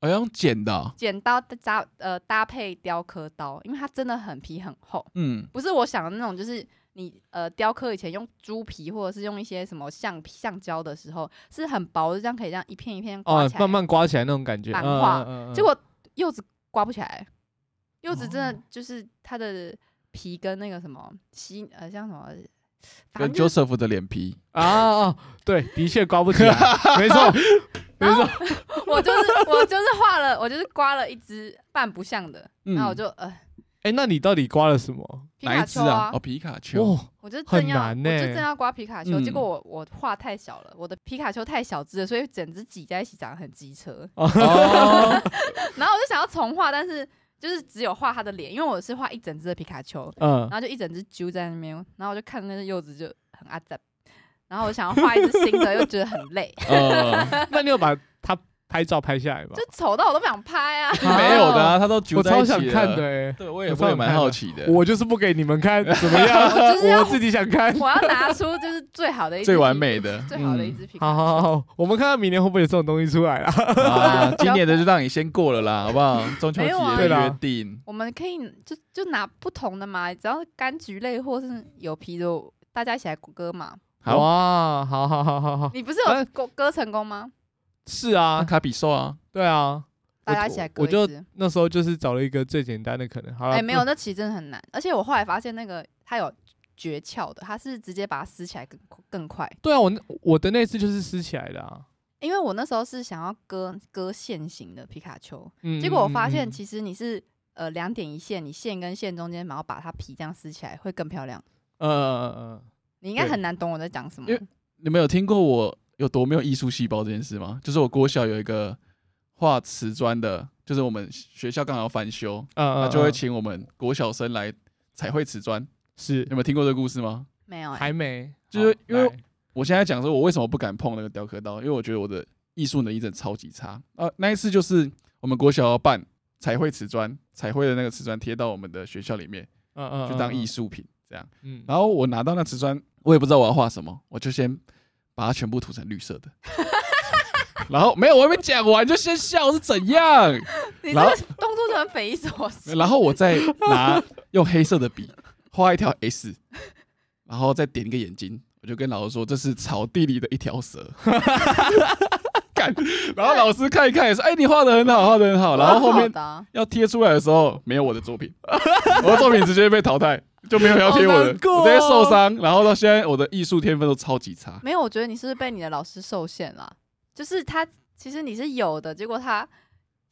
Speaker 3: 好像剪的啊，
Speaker 2: 剪刀搭呃搭配雕刻刀，因为它真的很皮很厚，
Speaker 3: 嗯
Speaker 2: 不是我想的那种，就是你呃雕刻以前用猪皮或者是用一些什么橡皮橡胶的时候，是很薄的，这样可以这样一片一片刮
Speaker 1: 哦
Speaker 2: 起，来。
Speaker 1: 慢慢刮起来那种感觉。
Speaker 2: 版
Speaker 1: 嗯
Speaker 2: 画
Speaker 1: 嗯嗯嗯
Speaker 2: 结果柚子刮不起来，柚子真
Speaker 1: 哦
Speaker 2: 的就是它的皮跟那个什么吸呃像什么，反
Speaker 3: 跟
Speaker 2: 正就是
Speaker 3: Joseph 的脸皮，
Speaker 1: 啊啊，啊对，的确刮不 起来，没错，没错。
Speaker 2: 我就是我就是画了，我就是刮了一只半不像的，然后我
Speaker 3: 嗯
Speaker 2: 就呃
Speaker 1: 哎，那你到底刮了什 么？
Speaker 2: 皮
Speaker 3: 哪
Speaker 2: 卡
Speaker 3: 一只
Speaker 2: 丘
Speaker 3: 啊？哦，皮卡丘。
Speaker 1: 哇，
Speaker 2: 我就
Speaker 1: 很
Speaker 2: 正要，
Speaker 1: 难
Speaker 2: 我
Speaker 1: 呢
Speaker 2: 就正要刮皮卡丘，
Speaker 3: 嗯
Speaker 2: 结果我我画太小了，我的皮卡丘太小只了，所以整只挤在一起长得很机车。
Speaker 3: 哦，
Speaker 2: 然后我就想要重画，但是就是只有画他的脸，因为我是画一整只的皮卡丘，
Speaker 1: 嗯
Speaker 2: 然，后就一整只揪在那边，然后我就看那只柚子就很阿杂，然后我想要画一只新的，又觉得很累，
Speaker 3: 呃，
Speaker 1: 那你有把它拍照拍下来吗
Speaker 2: 就？丑到我都不想拍啊。
Speaker 3: 没有的啊，他都揪
Speaker 1: 我
Speaker 3: 在一
Speaker 1: 超
Speaker 3: 起
Speaker 1: 想看的
Speaker 3: 了。
Speaker 1: 欸，
Speaker 3: 对，我
Speaker 1: 我
Speaker 3: 也
Speaker 1: 超
Speaker 3: 会
Speaker 1: 想
Speaker 3: 蛮
Speaker 1: 看
Speaker 3: 好
Speaker 1: 的
Speaker 3: 奇的。
Speaker 1: 我就是不给你们看，怎么样？
Speaker 2: 我 就是要
Speaker 1: 我自己想看。
Speaker 2: 我要拿出就是最好的一只
Speaker 3: 最完
Speaker 2: 皮
Speaker 3: 美 嗯的
Speaker 2: 最 好的一只皮
Speaker 1: 好
Speaker 2: 卡
Speaker 1: 好好，我们看看明年会不会有这种东西出来啦。
Speaker 3: 啊，今年的就让你先过了啦，好不好？中秋
Speaker 2: 没有啊
Speaker 3: 节
Speaker 1: 对啦
Speaker 3: 的约定，
Speaker 2: 我们可以就就拿不同的嘛，只要是柑橘类或是有皮的，大家一起来割嘛。
Speaker 3: 好，啊
Speaker 1: 哇，好啊好好好好，
Speaker 2: 你不是
Speaker 1: 哎
Speaker 2: 有割割成功吗？
Speaker 1: 是
Speaker 3: 阿
Speaker 1: 啊，
Speaker 3: 卡比兽啊，
Speaker 1: 对啊，
Speaker 2: 大家一起来割
Speaker 1: 我
Speaker 2: 一
Speaker 1: 就
Speaker 2: 只。
Speaker 1: 那时候就是找了一个最简单的，可能好了。
Speaker 2: 哎、没有，那其实真的很难。而且我后来发现，那个它有诀窍的，它是直接把它撕起来更更快。
Speaker 1: 对啊，我那我的那次就是撕起来的啊。
Speaker 2: 因为我那时候是想要割割线型的皮卡丘，
Speaker 1: 嗯
Speaker 2: 结果我发
Speaker 1: 嗯
Speaker 2: 现
Speaker 1: 嗯
Speaker 2: 其实你是呃两点一线，你线跟线中间，然后把它皮这样撕起来会更漂亮。
Speaker 1: 嗯呃呃
Speaker 2: 你应该
Speaker 1: 对
Speaker 2: 很难懂我在讲什么
Speaker 3: 因。为你们有听过我有多没有艺术细胞这件事吗？就是我国小有一个画瓷砖的，就是我们学校刚好要翻修，
Speaker 1: 呃
Speaker 3: 他
Speaker 1: 呃，
Speaker 3: 就会
Speaker 1: 嗯
Speaker 3: 请我们国小生来彩绘瓷砖。
Speaker 1: 是
Speaker 3: 有没有听过这个故事吗？
Speaker 2: 没有、哎，
Speaker 1: 还没，
Speaker 3: 就是
Speaker 1: 好
Speaker 3: 因为
Speaker 1: 来
Speaker 3: 我现在讲说，我为什么不敢碰那个雕刻刀，因为我觉得我的艺术能力真的超级差。呃，那一次就是我们国小要办彩绘瓷砖，彩绘的那个瓷砖贴到我们的学校里面，
Speaker 1: 嗯嗯
Speaker 3: 就当艺
Speaker 1: 术，
Speaker 3: 术品这样。
Speaker 1: 嗯，
Speaker 3: 然后我拿到那瓷砖，我也不知道我要画什么，我就先把它全部涂成绿色的。 然后没有，我还没讲完就先笑是怎样？
Speaker 2: 你这
Speaker 3: 然后
Speaker 2: 个动作就很匪夷所思。
Speaker 3: 然后我再 拿用黑色的笔画一条 S，然后再点一个眼睛，我就跟老师说这是草地里的一条蛇。 干，然后老师看一看也是，哎，你画的很好，画的很好。然后后面
Speaker 2: 好的啊
Speaker 3: 要贴出来的时候，没有我的作品，我的作品直接被淘汰，就没有人要贴我
Speaker 1: 好
Speaker 3: 的
Speaker 1: 难，过哦
Speaker 3: 我直接受伤。然后到现在，我的艺术天分都超级差。
Speaker 2: 没有，我觉得你是不是被你的老师受限了？就是他其实你是有的，结果他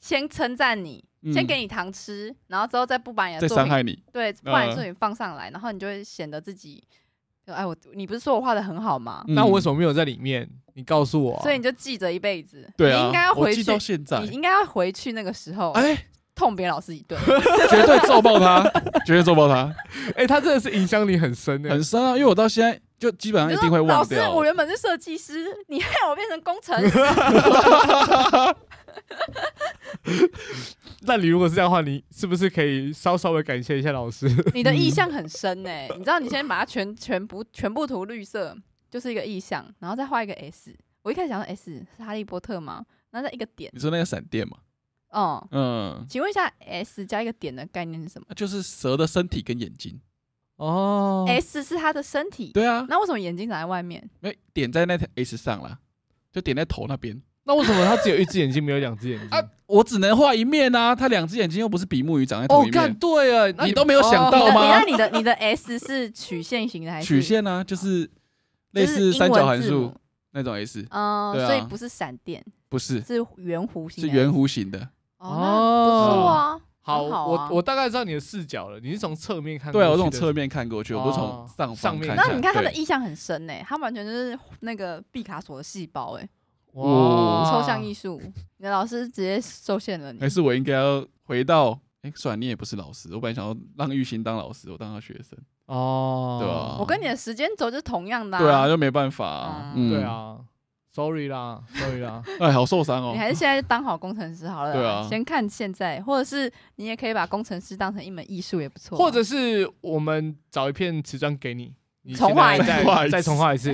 Speaker 2: 先称赞你，
Speaker 3: 嗯
Speaker 2: 先给你糖吃，然后之后再不把你
Speaker 3: 在
Speaker 2: 的作
Speaker 3: 伤
Speaker 2: 品
Speaker 3: 害你，
Speaker 2: 对不把你
Speaker 3: 呃
Speaker 2: 的作品放上来，然后你就会显得自己就哎，我你不是说我画的很好吗？
Speaker 1: 那我为
Speaker 3: 么？
Speaker 1: 什么没有在里面？你告诉我啊、
Speaker 2: 所以你就记着一辈子。
Speaker 3: 对啊，
Speaker 2: 你应该要
Speaker 3: 我
Speaker 2: 回
Speaker 3: 记
Speaker 2: 去，
Speaker 3: 到现在
Speaker 2: 你，应该要回去那个时候
Speaker 3: 哎、
Speaker 2: 痛扁老师一 顿。
Speaker 3: 绝对揍爆他，绝对揍爆他，
Speaker 1: 哎、他真的是影响你很深欸的、
Speaker 3: 很深啊！因为我到现在就基本上一定会忘
Speaker 2: 老师，
Speaker 3: 掉啊
Speaker 2: 我。原本是设计师，你害我变成工程 师。
Speaker 1: 那你如果是这样的话，你是不是可以稍稍微感谢一下老师？
Speaker 2: 你的意象很深呢、你知道你先把它全全部全部涂绿色，就是一个意象，然后再画一个 S。我一开始想说 S 是哈利波特吗？然后再一个点，
Speaker 3: 你说那个闪电嘛？
Speaker 2: 哦、
Speaker 3: 嗯，
Speaker 2: 请问一下 S 加一个点的概念是什么、
Speaker 3: 就是蛇的身体跟眼睛。
Speaker 1: 哦
Speaker 2: s 是他的身体，
Speaker 3: 对啊，
Speaker 2: 那为什么眼睛长在外面？
Speaker 3: 因为点在那条 S 上啦，就点在头那边
Speaker 1: 那为什么他只有一只眼睛，没有两只眼睛？
Speaker 3: 啊。我只能画一面啊，他两只眼睛又不是比目鱼长在同
Speaker 1: 哦
Speaker 3: 一，
Speaker 1: 干
Speaker 3: 面，
Speaker 1: 对啊，那
Speaker 3: 你都没有想到
Speaker 2: 你的
Speaker 3: 哦吗？
Speaker 2: 你那你的你的 S 是曲线型的还是哦
Speaker 3: 曲？线啊，就是类
Speaker 2: 就是
Speaker 3: 似
Speaker 2: 英
Speaker 3: 三角
Speaker 2: 文
Speaker 3: 函
Speaker 2: 字
Speaker 3: 数
Speaker 2: 母，
Speaker 3: 那种 S，
Speaker 2: 嗯、
Speaker 3: 对啊
Speaker 2: 所以不是闪电，
Speaker 3: 不是，
Speaker 2: 是圆弧形
Speaker 3: 是
Speaker 2: 的 S。
Speaker 3: 圆弧形的。
Speaker 2: 哦，那不错啊。
Speaker 1: 好，
Speaker 2: 很好啊
Speaker 1: 我我大概知道你的视角了，你是从侧面看过
Speaker 3: 对
Speaker 1: 去的，
Speaker 3: 啊，我从侧面看过去，我不是从
Speaker 1: 哦
Speaker 3: 上
Speaker 1: 上
Speaker 3: 方
Speaker 1: 面
Speaker 3: 看。
Speaker 1: 看
Speaker 2: 那你看他的
Speaker 3: 对
Speaker 2: 意象很深呢、他完全就是那个毕卡索的细胞哎、
Speaker 1: 哇，
Speaker 2: 抽象艺术，你的老师直接受限了你
Speaker 3: 还。是我应该要回到？哎、算了，你也不是老师，我本来想要让玉兴当老师，我当他学生。
Speaker 1: 哦，
Speaker 3: 对啊
Speaker 2: 我跟你的时间轴就是同样的、
Speaker 3: 对啊，，就没办法、啊。
Speaker 2: 嗯
Speaker 3: 嗯，
Speaker 1: 对，啊，sorry 啦，sorry 啦，
Speaker 3: 哎，好受伤哦
Speaker 2: 你。还是现在就当好工程师好了啦。
Speaker 3: 对啊
Speaker 2: 先看现在，或者是你也可以把工程师当成一门艺术也不错啊。
Speaker 1: 或者是我们找一片瓷砖给你，你
Speaker 2: 重画一
Speaker 1: 现
Speaker 2: 次
Speaker 1: 在
Speaker 3: 重画
Speaker 1: 再
Speaker 3: 一次
Speaker 1: 再重画一 次，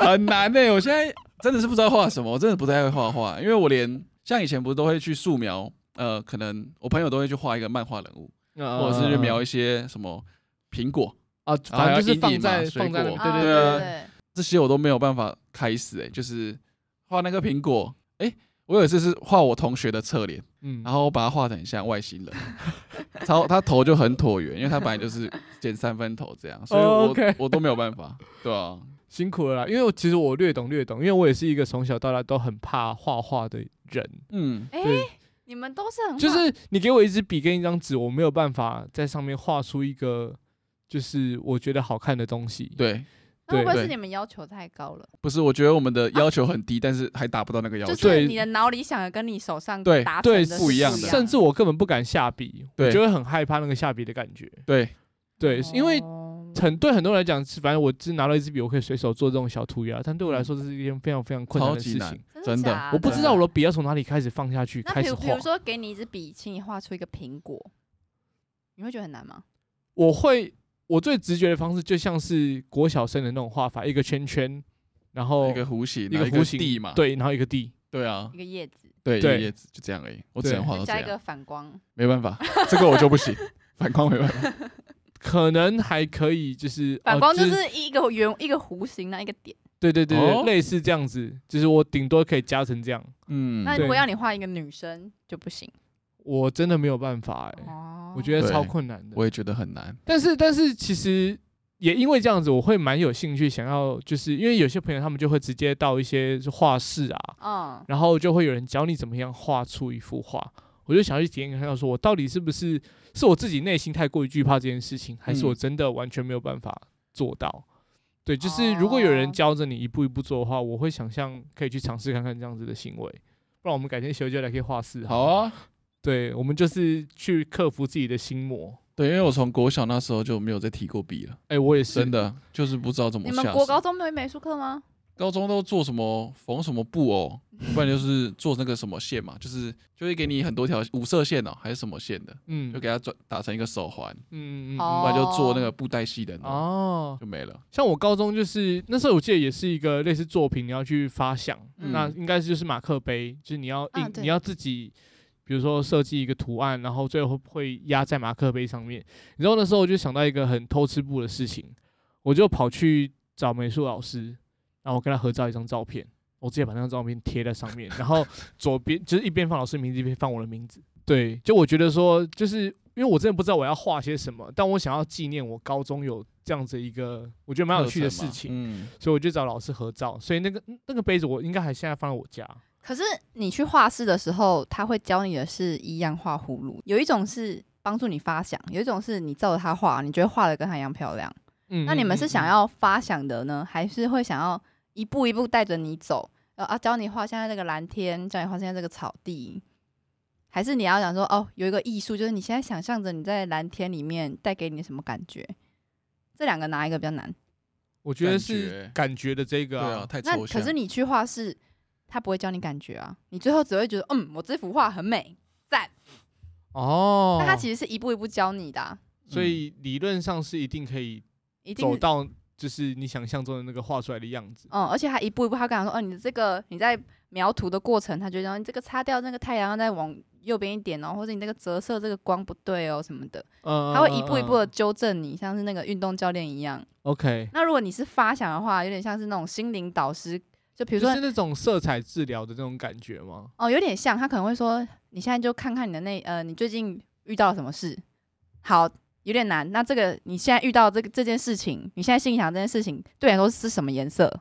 Speaker 3: 很难呢、我现在真的是不知道画什么，我真的不太会画画，因为我连像以前不是都会去素描，呃，可能我朋友都会去画一个漫画人物，或者是去描一些什么苹果
Speaker 1: 啊，
Speaker 3: 然后
Speaker 1: 反
Speaker 3: 还
Speaker 1: 正
Speaker 3: 有
Speaker 1: 就是放
Speaker 3: 阴
Speaker 1: 在
Speaker 3: 影嘛水
Speaker 1: 放在那边，
Speaker 3: 果
Speaker 2: 啊
Speaker 1: 对
Speaker 2: 对
Speaker 1: 对对，
Speaker 3: 啊
Speaker 2: 对
Speaker 3: 这些，我都没有办法开始哎、就是画那个苹果，哎、我有一次是画我同学的侧脸，
Speaker 1: 嗯，
Speaker 3: 然后我把它画得很像外星人， 超他头就很椭圆，因为他本来就是剪三分头这样，所以我、
Speaker 1: 哦，OK
Speaker 3: 我都没有办法，对啊，
Speaker 1: 辛苦了啦，因为我其实我略懂略懂，因为我也是一个从小到大都很怕画画的人，
Speaker 3: 嗯，
Speaker 2: 对哎、
Speaker 1: 对，
Speaker 2: 你们都是很
Speaker 1: 就是你给我一支笔跟一张纸，我没有办法在上面画出一个就是我觉得好看的东西，
Speaker 3: 对。
Speaker 2: 那会不会
Speaker 1: 对
Speaker 2: 是
Speaker 1: 对
Speaker 2: 你们要求太高了？
Speaker 3: 不是，我觉得我们的要求很低，但是还达不到那个要
Speaker 2: 就
Speaker 3: 求。
Speaker 2: 是你的脑里想的跟你手上
Speaker 3: 对
Speaker 2: 达成
Speaker 1: 对
Speaker 2: 的是
Speaker 3: 不一样啊的
Speaker 1: 甚至我根本不敢下笔，我
Speaker 3: 对
Speaker 1: 就会很害怕那个下笔的感觉，
Speaker 3: 对，
Speaker 1: 对，因为
Speaker 2: 哦
Speaker 1: 很对很多人来讲，是反正我只拿到一支笔，我可以随手做这种小涂鸦，但对我
Speaker 2: 嗯
Speaker 1: 来说，这是一件非常非常困难
Speaker 3: 超
Speaker 1: 的事
Speaker 3: 级难
Speaker 1: 情。，
Speaker 2: 真
Speaker 3: 真
Speaker 2: 的
Speaker 3: 的
Speaker 2: 假的，
Speaker 1: 我不知道我的笔要从哪里开始放下去，
Speaker 2: 那
Speaker 1: 开
Speaker 2: 比
Speaker 1: 始
Speaker 2: 如比
Speaker 1: 画
Speaker 2: 如。说给你一支笔，请你画出一个苹果，你会觉得很难吗？
Speaker 1: 我会，我最直觉的方式就像是国小生的那种画法，一个圈圈，然后
Speaker 3: 一个弧形，
Speaker 1: 一
Speaker 3: 然
Speaker 1: 个
Speaker 3: 后
Speaker 1: 弧形
Speaker 3: 地嘛，
Speaker 1: 对，然后一个地。
Speaker 3: 对啊
Speaker 2: 一，个叶子，
Speaker 3: 对，一
Speaker 1: 对
Speaker 3: 个叶子就这样而已，我只
Speaker 1: 对
Speaker 3: 能画哦到这
Speaker 2: 加一个
Speaker 3: 样，
Speaker 2: 反
Speaker 1: 哦
Speaker 2: 光，
Speaker 3: 没办法，这个我就 不行，反光没办法，
Speaker 1: 可能还可以，就是
Speaker 2: 反
Speaker 1: 哦
Speaker 2: 光
Speaker 1: 就
Speaker 2: 就是一个圆一个弧形那一个点。
Speaker 1: 对对对对，
Speaker 3: 哦
Speaker 1: 类似这样子，就是我顶多可以加成这样，
Speaker 3: 嗯，
Speaker 2: 那如果
Speaker 1: 对
Speaker 2: 要你画一个女生就不行
Speaker 1: 我真的没有办法哎、
Speaker 2: 哦。
Speaker 1: 我觉得
Speaker 3: 对
Speaker 1: 超困难的。
Speaker 3: 我也觉得很难，
Speaker 1: 但是但是其实也因为这样子，我会蛮有兴趣想要，就是因为有些朋友他们就会直接到一些画室啊，
Speaker 2: 嗯，
Speaker 1: 然后就会有人教你怎么样画出一幅画。我就想去体验看看，说我到底是不是是我自己内心太过于惧怕这件事情，还是我
Speaker 3: 嗯哦
Speaker 1: 真的完全没有办法做到？对，就是如果有人
Speaker 2: 哦
Speaker 1: 教着你一步一步做的话，我会想象可以去尝试看看这样子的行为。不然我们改天休假来可以画室。
Speaker 3: 好，啊，
Speaker 1: 对，我们就是去克服自己的心魔。
Speaker 3: 对，因为我从国小那时候就没有再提过笔了，
Speaker 1: 哎、我也是
Speaker 3: 真，的就是不知道怎么
Speaker 2: 你
Speaker 3: 下
Speaker 2: 们
Speaker 3: 手。
Speaker 2: 国高中没有美术课吗？
Speaker 3: 高中都做什么缝什么布哦，不然就是做那个什么线嘛，就是就会给你很多条五色线哦，还是什么线的，
Speaker 1: 嗯
Speaker 3: 就给它转打成一个手环，
Speaker 1: 嗯嗯嗯
Speaker 3: 不
Speaker 2: 哦
Speaker 3: 然就做那个布袋戏的那种
Speaker 1: 哦，
Speaker 3: 就没了。
Speaker 1: 像我高中就是那时候，我记得也是一个类似作品，你要去发想，
Speaker 2: 嗯
Speaker 1: 那应该就是马克杯，就是你要印，
Speaker 2: 啊对
Speaker 1: 你要自己，比如说设计一个图案，然后最后会压在马克杯上面。然后那时候我就想到一个很偷吃步的事情，我就跑去找美术老师，然后我跟他合照一张照片，我直接把那张照片贴在上面，然 后左边就是一边放老师名字，一边放我的名字。对，就我觉得说，就是因为我真的不知道我要画些什么，但我想要纪念我高中有这样子一个我觉得蛮有趣的事情，
Speaker 3: 嗯，
Speaker 1: 所以我就找老师合照。所以那个那个杯子我应该还现在放在我家。
Speaker 2: 可是你去画室的时候，他会教你的是一样画葫芦，有一种是帮助你发想，有一种是你照着他画，你觉得画的跟他一样漂亮。
Speaker 1: 嗯
Speaker 2: 那你们
Speaker 1: 嗯
Speaker 2: 是
Speaker 1: 嗯
Speaker 2: 想
Speaker 1: 嗯
Speaker 2: 要发想的呢，还是会想要一步一步带着你走？呃啊，教你画现在这个蓝天，教你画现在这个草地，还是你要想说哦，有一个艺术，就是你现在想象着你在蓝天里面带给你什么感觉？这两个哪一个比较难？
Speaker 1: 我觉得
Speaker 3: 感
Speaker 1: 是
Speaker 3: 觉
Speaker 1: 感觉的这个
Speaker 3: 对啊，
Speaker 1: 啊，
Speaker 3: 太
Speaker 2: 那
Speaker 3: 抽象。
Speaker 2: 可是你去画室，他不会教你感觉啊，你最后只会觉得嗯，我这幅画很美，赞。
Speaker 1: 哦，嗯
Speaker 2: 那他其实是一步一步教你的啊、
Speaker 1: 所以理论上是一定可以
Speaker 2: 一定
Speaker 1: 走
Speaker 2: 是
Speaker 1: 到就是你想象中的那个画出来的样子。
Speaker 2: 嗯，而且他一步一步，他跟他说，哦，你这个你在描图的过程，他就讲你这个擦掉那个太阳，要再往右边一点哦，或者你这个折射这个光不对哦什么的，
Speaker 1: 嗯，
Speaker 2: 他会一步一步的
Speaker 1: 嗯。嗯嗯
Speaker 2: 纠正你，像是那个运动教练一样。
Speaker 1: OK，
Speaker 2: 那如果你是发想的话，有点像是那种心灵导师，就比
Speaker 1: 比
Speaker 2: 如说
Speaker 1: 是那种色彩治疗的那种感觉吗？
Speaker 2: 哦，有点像，他可能会说，你现在就看看你的那呃，你最近遇到了什么事？好，有点难。那这个你现在遇到这个这件事情，你现在心里想这件事情，对你来说是什么颜色？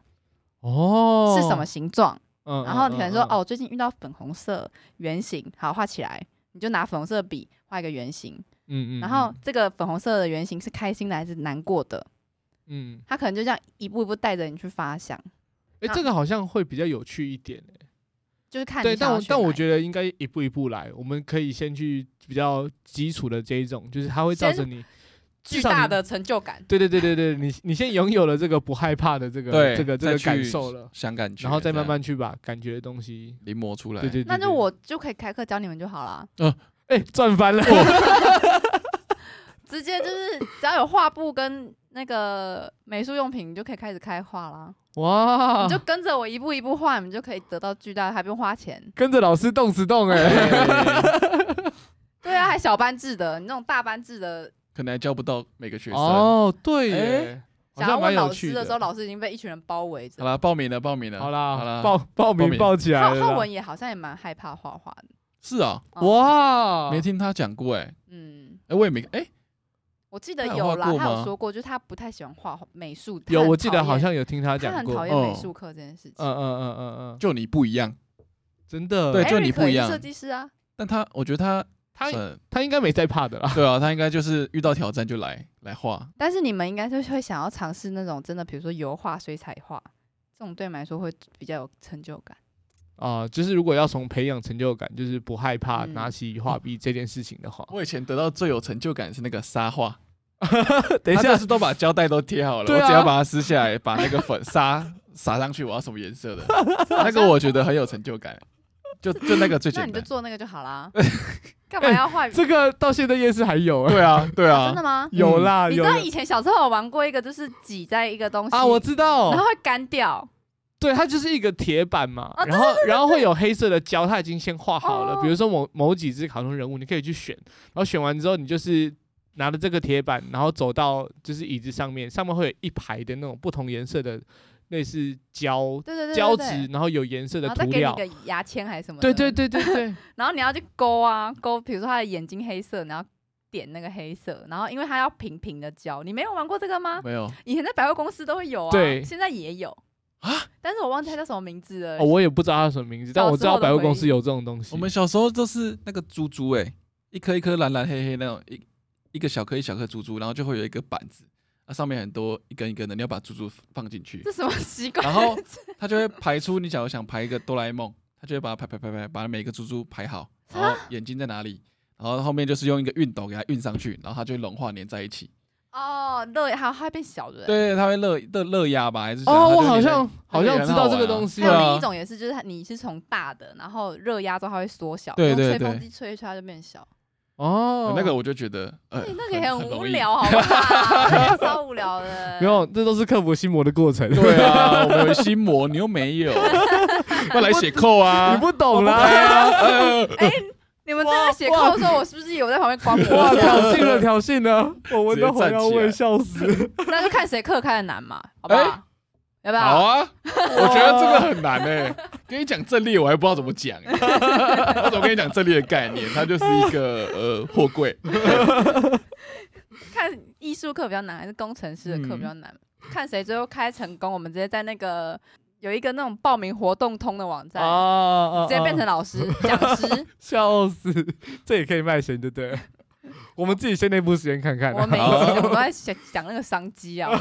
Speaker 1: 哦，
Speaker 2: 是什么？形状？
Speaker 1: 嗯，
Speaker 2: 然后
Speaker 1: 嗯
Speaker 2: 你可能说，，哦，
Speaker 1: 嗯
Speaker 2: 我最近遇到粉红色圆形，好画起来，你就拿粉红色的笔画一个圆形，
Speaker 1: 嗯嗯，
Speaker 2: 然后这个粉红色的圆形是开心的还是难过的，
Speaker 1: 嗯，
Speaker 2: 他可能就这样一步一步带着你去发想，
Speaker 1: 哎，
Speaker 2: 那
Speaker 1: 这个好像会比较有趣一点。欸
Speaker 2: 就是啊看
Speaker 1: 对，
Speaker 2: 你
Speaker 1: 但
Speaker 2: 想要
Speaker 1: 我
Speaker 2: 选
Speaker 1: 但我
Speaker 2: 哪一
Speaker 1: 觉得应该一步一步来，我们可以先去比较基础的这一种，就是它会造
Speaker 2: 先
Speaker 1: 成你
Speaker 2: 巨
Speaker 1: 至少
Speaker 2: 大
Speaker 1: 你
Speaker 2: 的成就感，
Speaker 1: 对对对对对，你你先拥有了这个不害怕的这个
Speaker 3: 对
Speaker 1: 这个这
Speaker 3: 再
Speaker 1: 个感
Speaker 3: 去
Speaker 1: 受了，
Speaker 3: 想感觉，
Speaker 1: 然后再慢
Speaker 3: 这样
Speaker 1: 慢去把感觉的东西，
Speaker 3: 临摹出来。
Speaker 1: 对对对，
Speaker 2: 那就
Speaker 1: 对
Speaker 2: 我就可以开课教你们就好了，
Speaker 1: 哎赚翻了，
Speaker 2: 直接就是只要有画布跟那个美术用品，你就可以开始开画啦，
Speaker 1: 哇
Speaker 2: 你就，跟着我一步一步画，你们就可以得到巨大，还不用花钱，
Speaker 1: 跟着老师动死动哎，
Speaker 3: 对
Speaker 2: 对啊，还小班制的，你那种大班制的
Speaker 3: 可能还教不到每个学生。
Speaker 1: 哦对
Speaker 3: 哎
Speaker 1: 耶，好
Speaker 2: 想要
Speaker 1: 像蛮
Speaker 2: 问
Speaker 1: 有
Speaker 2: 老
Speaker 1: 趣
Speaker 2: 师的时候，老师已经被一群人包围
Speaker 3: 好
Speaker 2: 着。
Speaker 3: 啦，报名了，报名了。
Speaker 1: 好
Speaker 3: 好
Speaker 1: 啦，
Speaker 3: 啦
Speaker 1: 报报名
Speaker 3: 名
Speaker 1: 报起来
Speaker 2: 浩
Speaker 1: 了
Speaker 2: 浩
Speaker 1: 啦，
Speaker 2: 文也好像也蛮害怕画画的。
Speaker 3: 是啊，
Speaker 2: 嗯，
Speaker 1: 哇，
Speaker 3: 没听他讲过哎，
Speaker 2: 嗯，
Speaker 3: 哎，我也没哎，
Speaker 2: 我记得
Speaker 3: 他有
Speaker 2: 有
Speaker 3: 画
Speaker 2: 啦，
Speaker 3: 过
Speaker 2: 他有
Speaker 3: 吗
Speaker 2: 说过，就是他不太喜欢画美术。他
Speaker 1: 有
Speaker 2: 很
Speaker 1: 我记得
Speaker 2: 讨
Speaker 1: 好
Speaker 2: 厌
Speaker 1: 像有听他
Speaker 2: 他
Speaker 1: 讲
Speaker 2: 很
Speaker 1: 过，
Speaker 2: 讨
Speaker 1: 嗯
Speaker 2: 厌美
Speaker 3: 哦
Speaker 2: 术课这件事情。
Speaker 1: 嗯嗯嗯嗯嗯，
Speaker 3: 就你不一样。
Speaker 1: 真的，
Speaker 3: 对
Speaker 2: 哎
Speaker 3: 就你
Speaker 2: Eric
Speaker 3: 不一
Speaker 2: 也是
Speaker 3: 样
Speaker 2: 设计师啊，
Speaker 3: 但他，我觉得他，
Speaker 1: 他
Speaker 3: 嗯
Speaker 1: 他应该没在怕的啦，
Speaker 3: 对啊，他应该就是遇到挑战就来来画。
Speaker 2: 但是你们应该就是会想要尝试那种真的，比如说油画、水彩画这种，对你们来说会比较有成就感。
Speaker 1: 啊，就是如果要从培养成就感，就是不害怕
Speaker 2: 嗯
Speaker 1: 拿起画笔这件事情的话，
Speaker 3: 我以前得到最有成就感是那个沙 画，
Speaker 1: 等一
Speaker 3: 他
Speaker 1: 下
Speaker 3: 就是都把胶带都贴好了，
Speaker 1: 对啊
Speaker 3: 我只要把它撕下来，把那个粉沙 撒上去，我要什么颜色 的，那个我觉得很有成就感。就就那个最
Speaker 2: 那
Speaker 3: 简
Speaker 2: 你就
Speaker 3: 单。
Speaker 2: 做那个就好啦。 干嘛要 画？
Speaker 1: 这个到现在夜市还有啊，
Speaker 3: 对啊，对
Speaker 2: 啊
Speaker 3: 啊
Speaker 2: 真的，吗？
Speaker 1: 有啦，
Speaker 2: 你知
Speaker 1: 有
Speaker 2: 道
Speaker 1: 啦
Speaker 2: 以前小时候有玩过一个，就是挤在一个东西
Speaker 1: 啊，我知
Speaker 2: 然
Speaker 1: 道
Speaker 2: 后，会干掉。
Speaker 1: 对，它就是一个铁板嘛，
Speaker 2: 啊
Speaker 1: 然后然后会有黑色的胶，它已经先画好了，
Speaker 2: 哦
Speaker 1: 比如说某某几只卡通人物，你可以去选，然后选完之后，你就是拿着这个铁板，然后走到就是椅子上面，上面会有一排的那种不同颜色的类似胶
Speaker 2: 对对对，对
Speaker 1: 胶
Speaker 2: 对
Speaker 1: 纸，然后有颜色的
Speaker 2: 然后
Speaker 1: 涂
Speaker 2: 再给你
Speaker 1: 料
Speaker 2: 一，个牙签还是什么的，
Speaker 1: 对对对对对，
Speaker 2: 然后你要去勾啊勾，比如说他的眼睛黑色，然后点那个黑色，然后因为他要平平的胶， 你没有玩过这个吗？
Speaker 3: 没有
Speaker 2: 以前在百货公司都会有啊，
Speaker 1: 对
Speaker 2: 现在也有
Speaker 3: 啊，
Speaker 2: 但是我忘记它叫什么名字了。
Speaker 1: 哦，我也不知道它什么名字，但
Speaker 2: 小
Speaker 1: 我知
Speaker 2: 时候
Speaker 1: 道
Speaker 2: 的
Speaker 1: 百货
Speaker 2: 回
Speaker 1: 公司
Speaker 2: 忆
Speaker 1: 有这种东西。
Speaker 3: 我们小时候都是那个珠珠哎、一颗一颗蓝蓝黑黑那种一一个小颗一小颗珠珠，然后就会有一个板子，那、上面很多一根一根的，你要把珠珠放进去，
Speaker 2: 这什么习惯？
Speaker 3: 然后它就会排出你假如想排一个哆啦 A 梦，它就会把它排排排排，把每个珠珠排好，然后眼睛在哪里，然后后面就是用一个熨斗给它熨上去，然后它就会融化粘在一起。
Speaker 2: 哦，乐还有它会变小的。。
Speaker 3: 对，它会热热热压吧，还是怎样
Speaker 1: 哦，
Speaker 3: 它就
Speaker 1: 我好
Speaker 3: 粘在
Speaker 1: 像好
Speaker 3: 它就
Speaker 1: 像
Speaker 3: 粘
Speaker 1: 知
Speaker 3: 好
Speaker 1: 道这
Speaker 3: 玩
Speaker 1: 个
Speaker 3: 啊
Speaker 1: 东西
Speaker 2: 还有
Speaker 1: 了。
Speaker 2: 另
Speaker 3: 啊
Speaker 2: 一种也是，就是它你是从大的，然后热压之后它会缩小，
Speaker 3: 对对
Speaker 2: 用吹风
Speaker 3: 对
Speaker 2: 机吹一吹它就变小。
Speaker 1: 哦，
Speaker 3: 那个我就觉得，呃，
Speaker 2: 哎你那个也
Speaker 3: 很
Speaker 2: 很无
Speaker 3: 容易。
Speaker 2: 聊，好不好？那也超无聊的。
Speaker 1: 没有，这都是克服心魔的过 程。
Speaker 3: 对啊，我们有心魔，你又没 有，要来写扣啊
Speaker 1: 你！不懂
Speaker 3: 哎
Speaker 1: 啦，
Speaker 3: 呀呃
Speaker 2: 你们在写扣的时候，我是不是有在旁边观 摩
Speaker 1: 哇，
Speaker 2: 一下？
Speaker 1: 挑衅了，挑衅了，我闻到火药味，笑死。
Speaker 2: 那就看谁课开的难 嘛，好不好？
Speaker 3: 哎
Speaker 2: 要不
Speaker 3: 好
Speaker 2: 要？
Speaker 3: 啊， 我觉得这个很难诶、跟你讲阵列，我还不知道怎么讲、 欸。我怎么跟你讲阵列的概念？它就是一个呃货柜。
Speaker 2: 看艺术课比较难，还是工程师的课比较难？看谁最后开成功，我们直接在那个有一个那种报名活动通的网站，
Speaker 3: 哦
Speaker 1: 啊
Speaker 2: 直接变成老师、讲师。
Speaker 1: 笑死，这也可以卖钱，对不对了？我们自己先内部实验看看、
Speaker 2: 我每一集我都在想讲那个商机
Speaker 3: 哦
Speaker 2: 啊，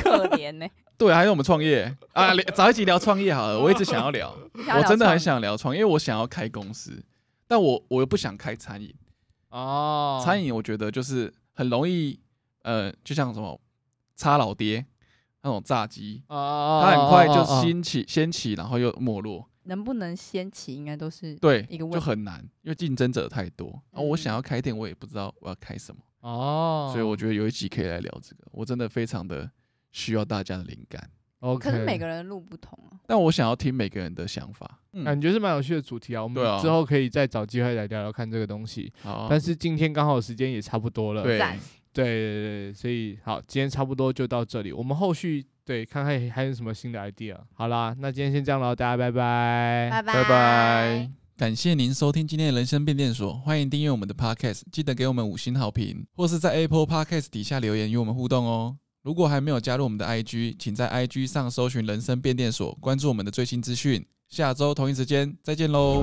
Speaker 2: 可怜呢、
Speaker 3: 对，还有我们创业啊，聊早一集聊创业好了，我一直想要聊，我真的很想聊创业，因为我想要开公司，但我我又不想开餐饮，
Speaker 1: 哦，
Speaker 3: 餐饮我觉得就是很容易，呃，就像什么差老爹那种炸鸡，
Speaker 1: 哦，
Speaker 3: 它啊很快就
Speaker 1: 新
Speaker 3: 兴
Speaker 2: 哦
Speaker 3: 起、掀起，然后又没落，
Speaker 2: 能不能掀起，应该都是
Speaker 3: 对，
Speaker 2: 一个
Speaker 3: 就
Speaker 2: 问题。嗯
Speaker 3: 很难，因为竞争者太多。然后我想要开店，我也不知道我要开什么，
Speaker 1: 哦，
Speaker 3: 所以我觉得有一集可以来聊这个，我真的非常的需要大家的灵感，
Speaker 1: OK，
Speaker 2: 可是每个人的路不同啊，
Speaker 3: 但我想要听每个人的想法。嗯，
Speaker 1: 感觉是蛮有趣的主题啊，我们
Speaker 3: 对啊
Speaker 1: 之后可以再找机会来聊聊看这个东西。
Speaker 3: 好啊，
Speaker 1: 但是今天刚好时间也差不多了，
Speaker 3: 对
Speaker 2: 赞
Speaker 1: 对对对，所以好，今天差不多就到这里，我们后续对看看还有什么新的 idea。好啦，那今天先这样喽，大家拜拜，
Speaker 2: 拜拜
Speaker 3: 拜拜。感谢您收听今天的人生变电所，欢迎订阅我们的 Podcast，记得给我们五星好评，或是在 Apple Podcast 底下留言与我们互动哦。如果还没有加入我们的 IG，请在 IG 上搜寻“人生变电所”，关注我们的最新资讯。下周同一时间再见喽！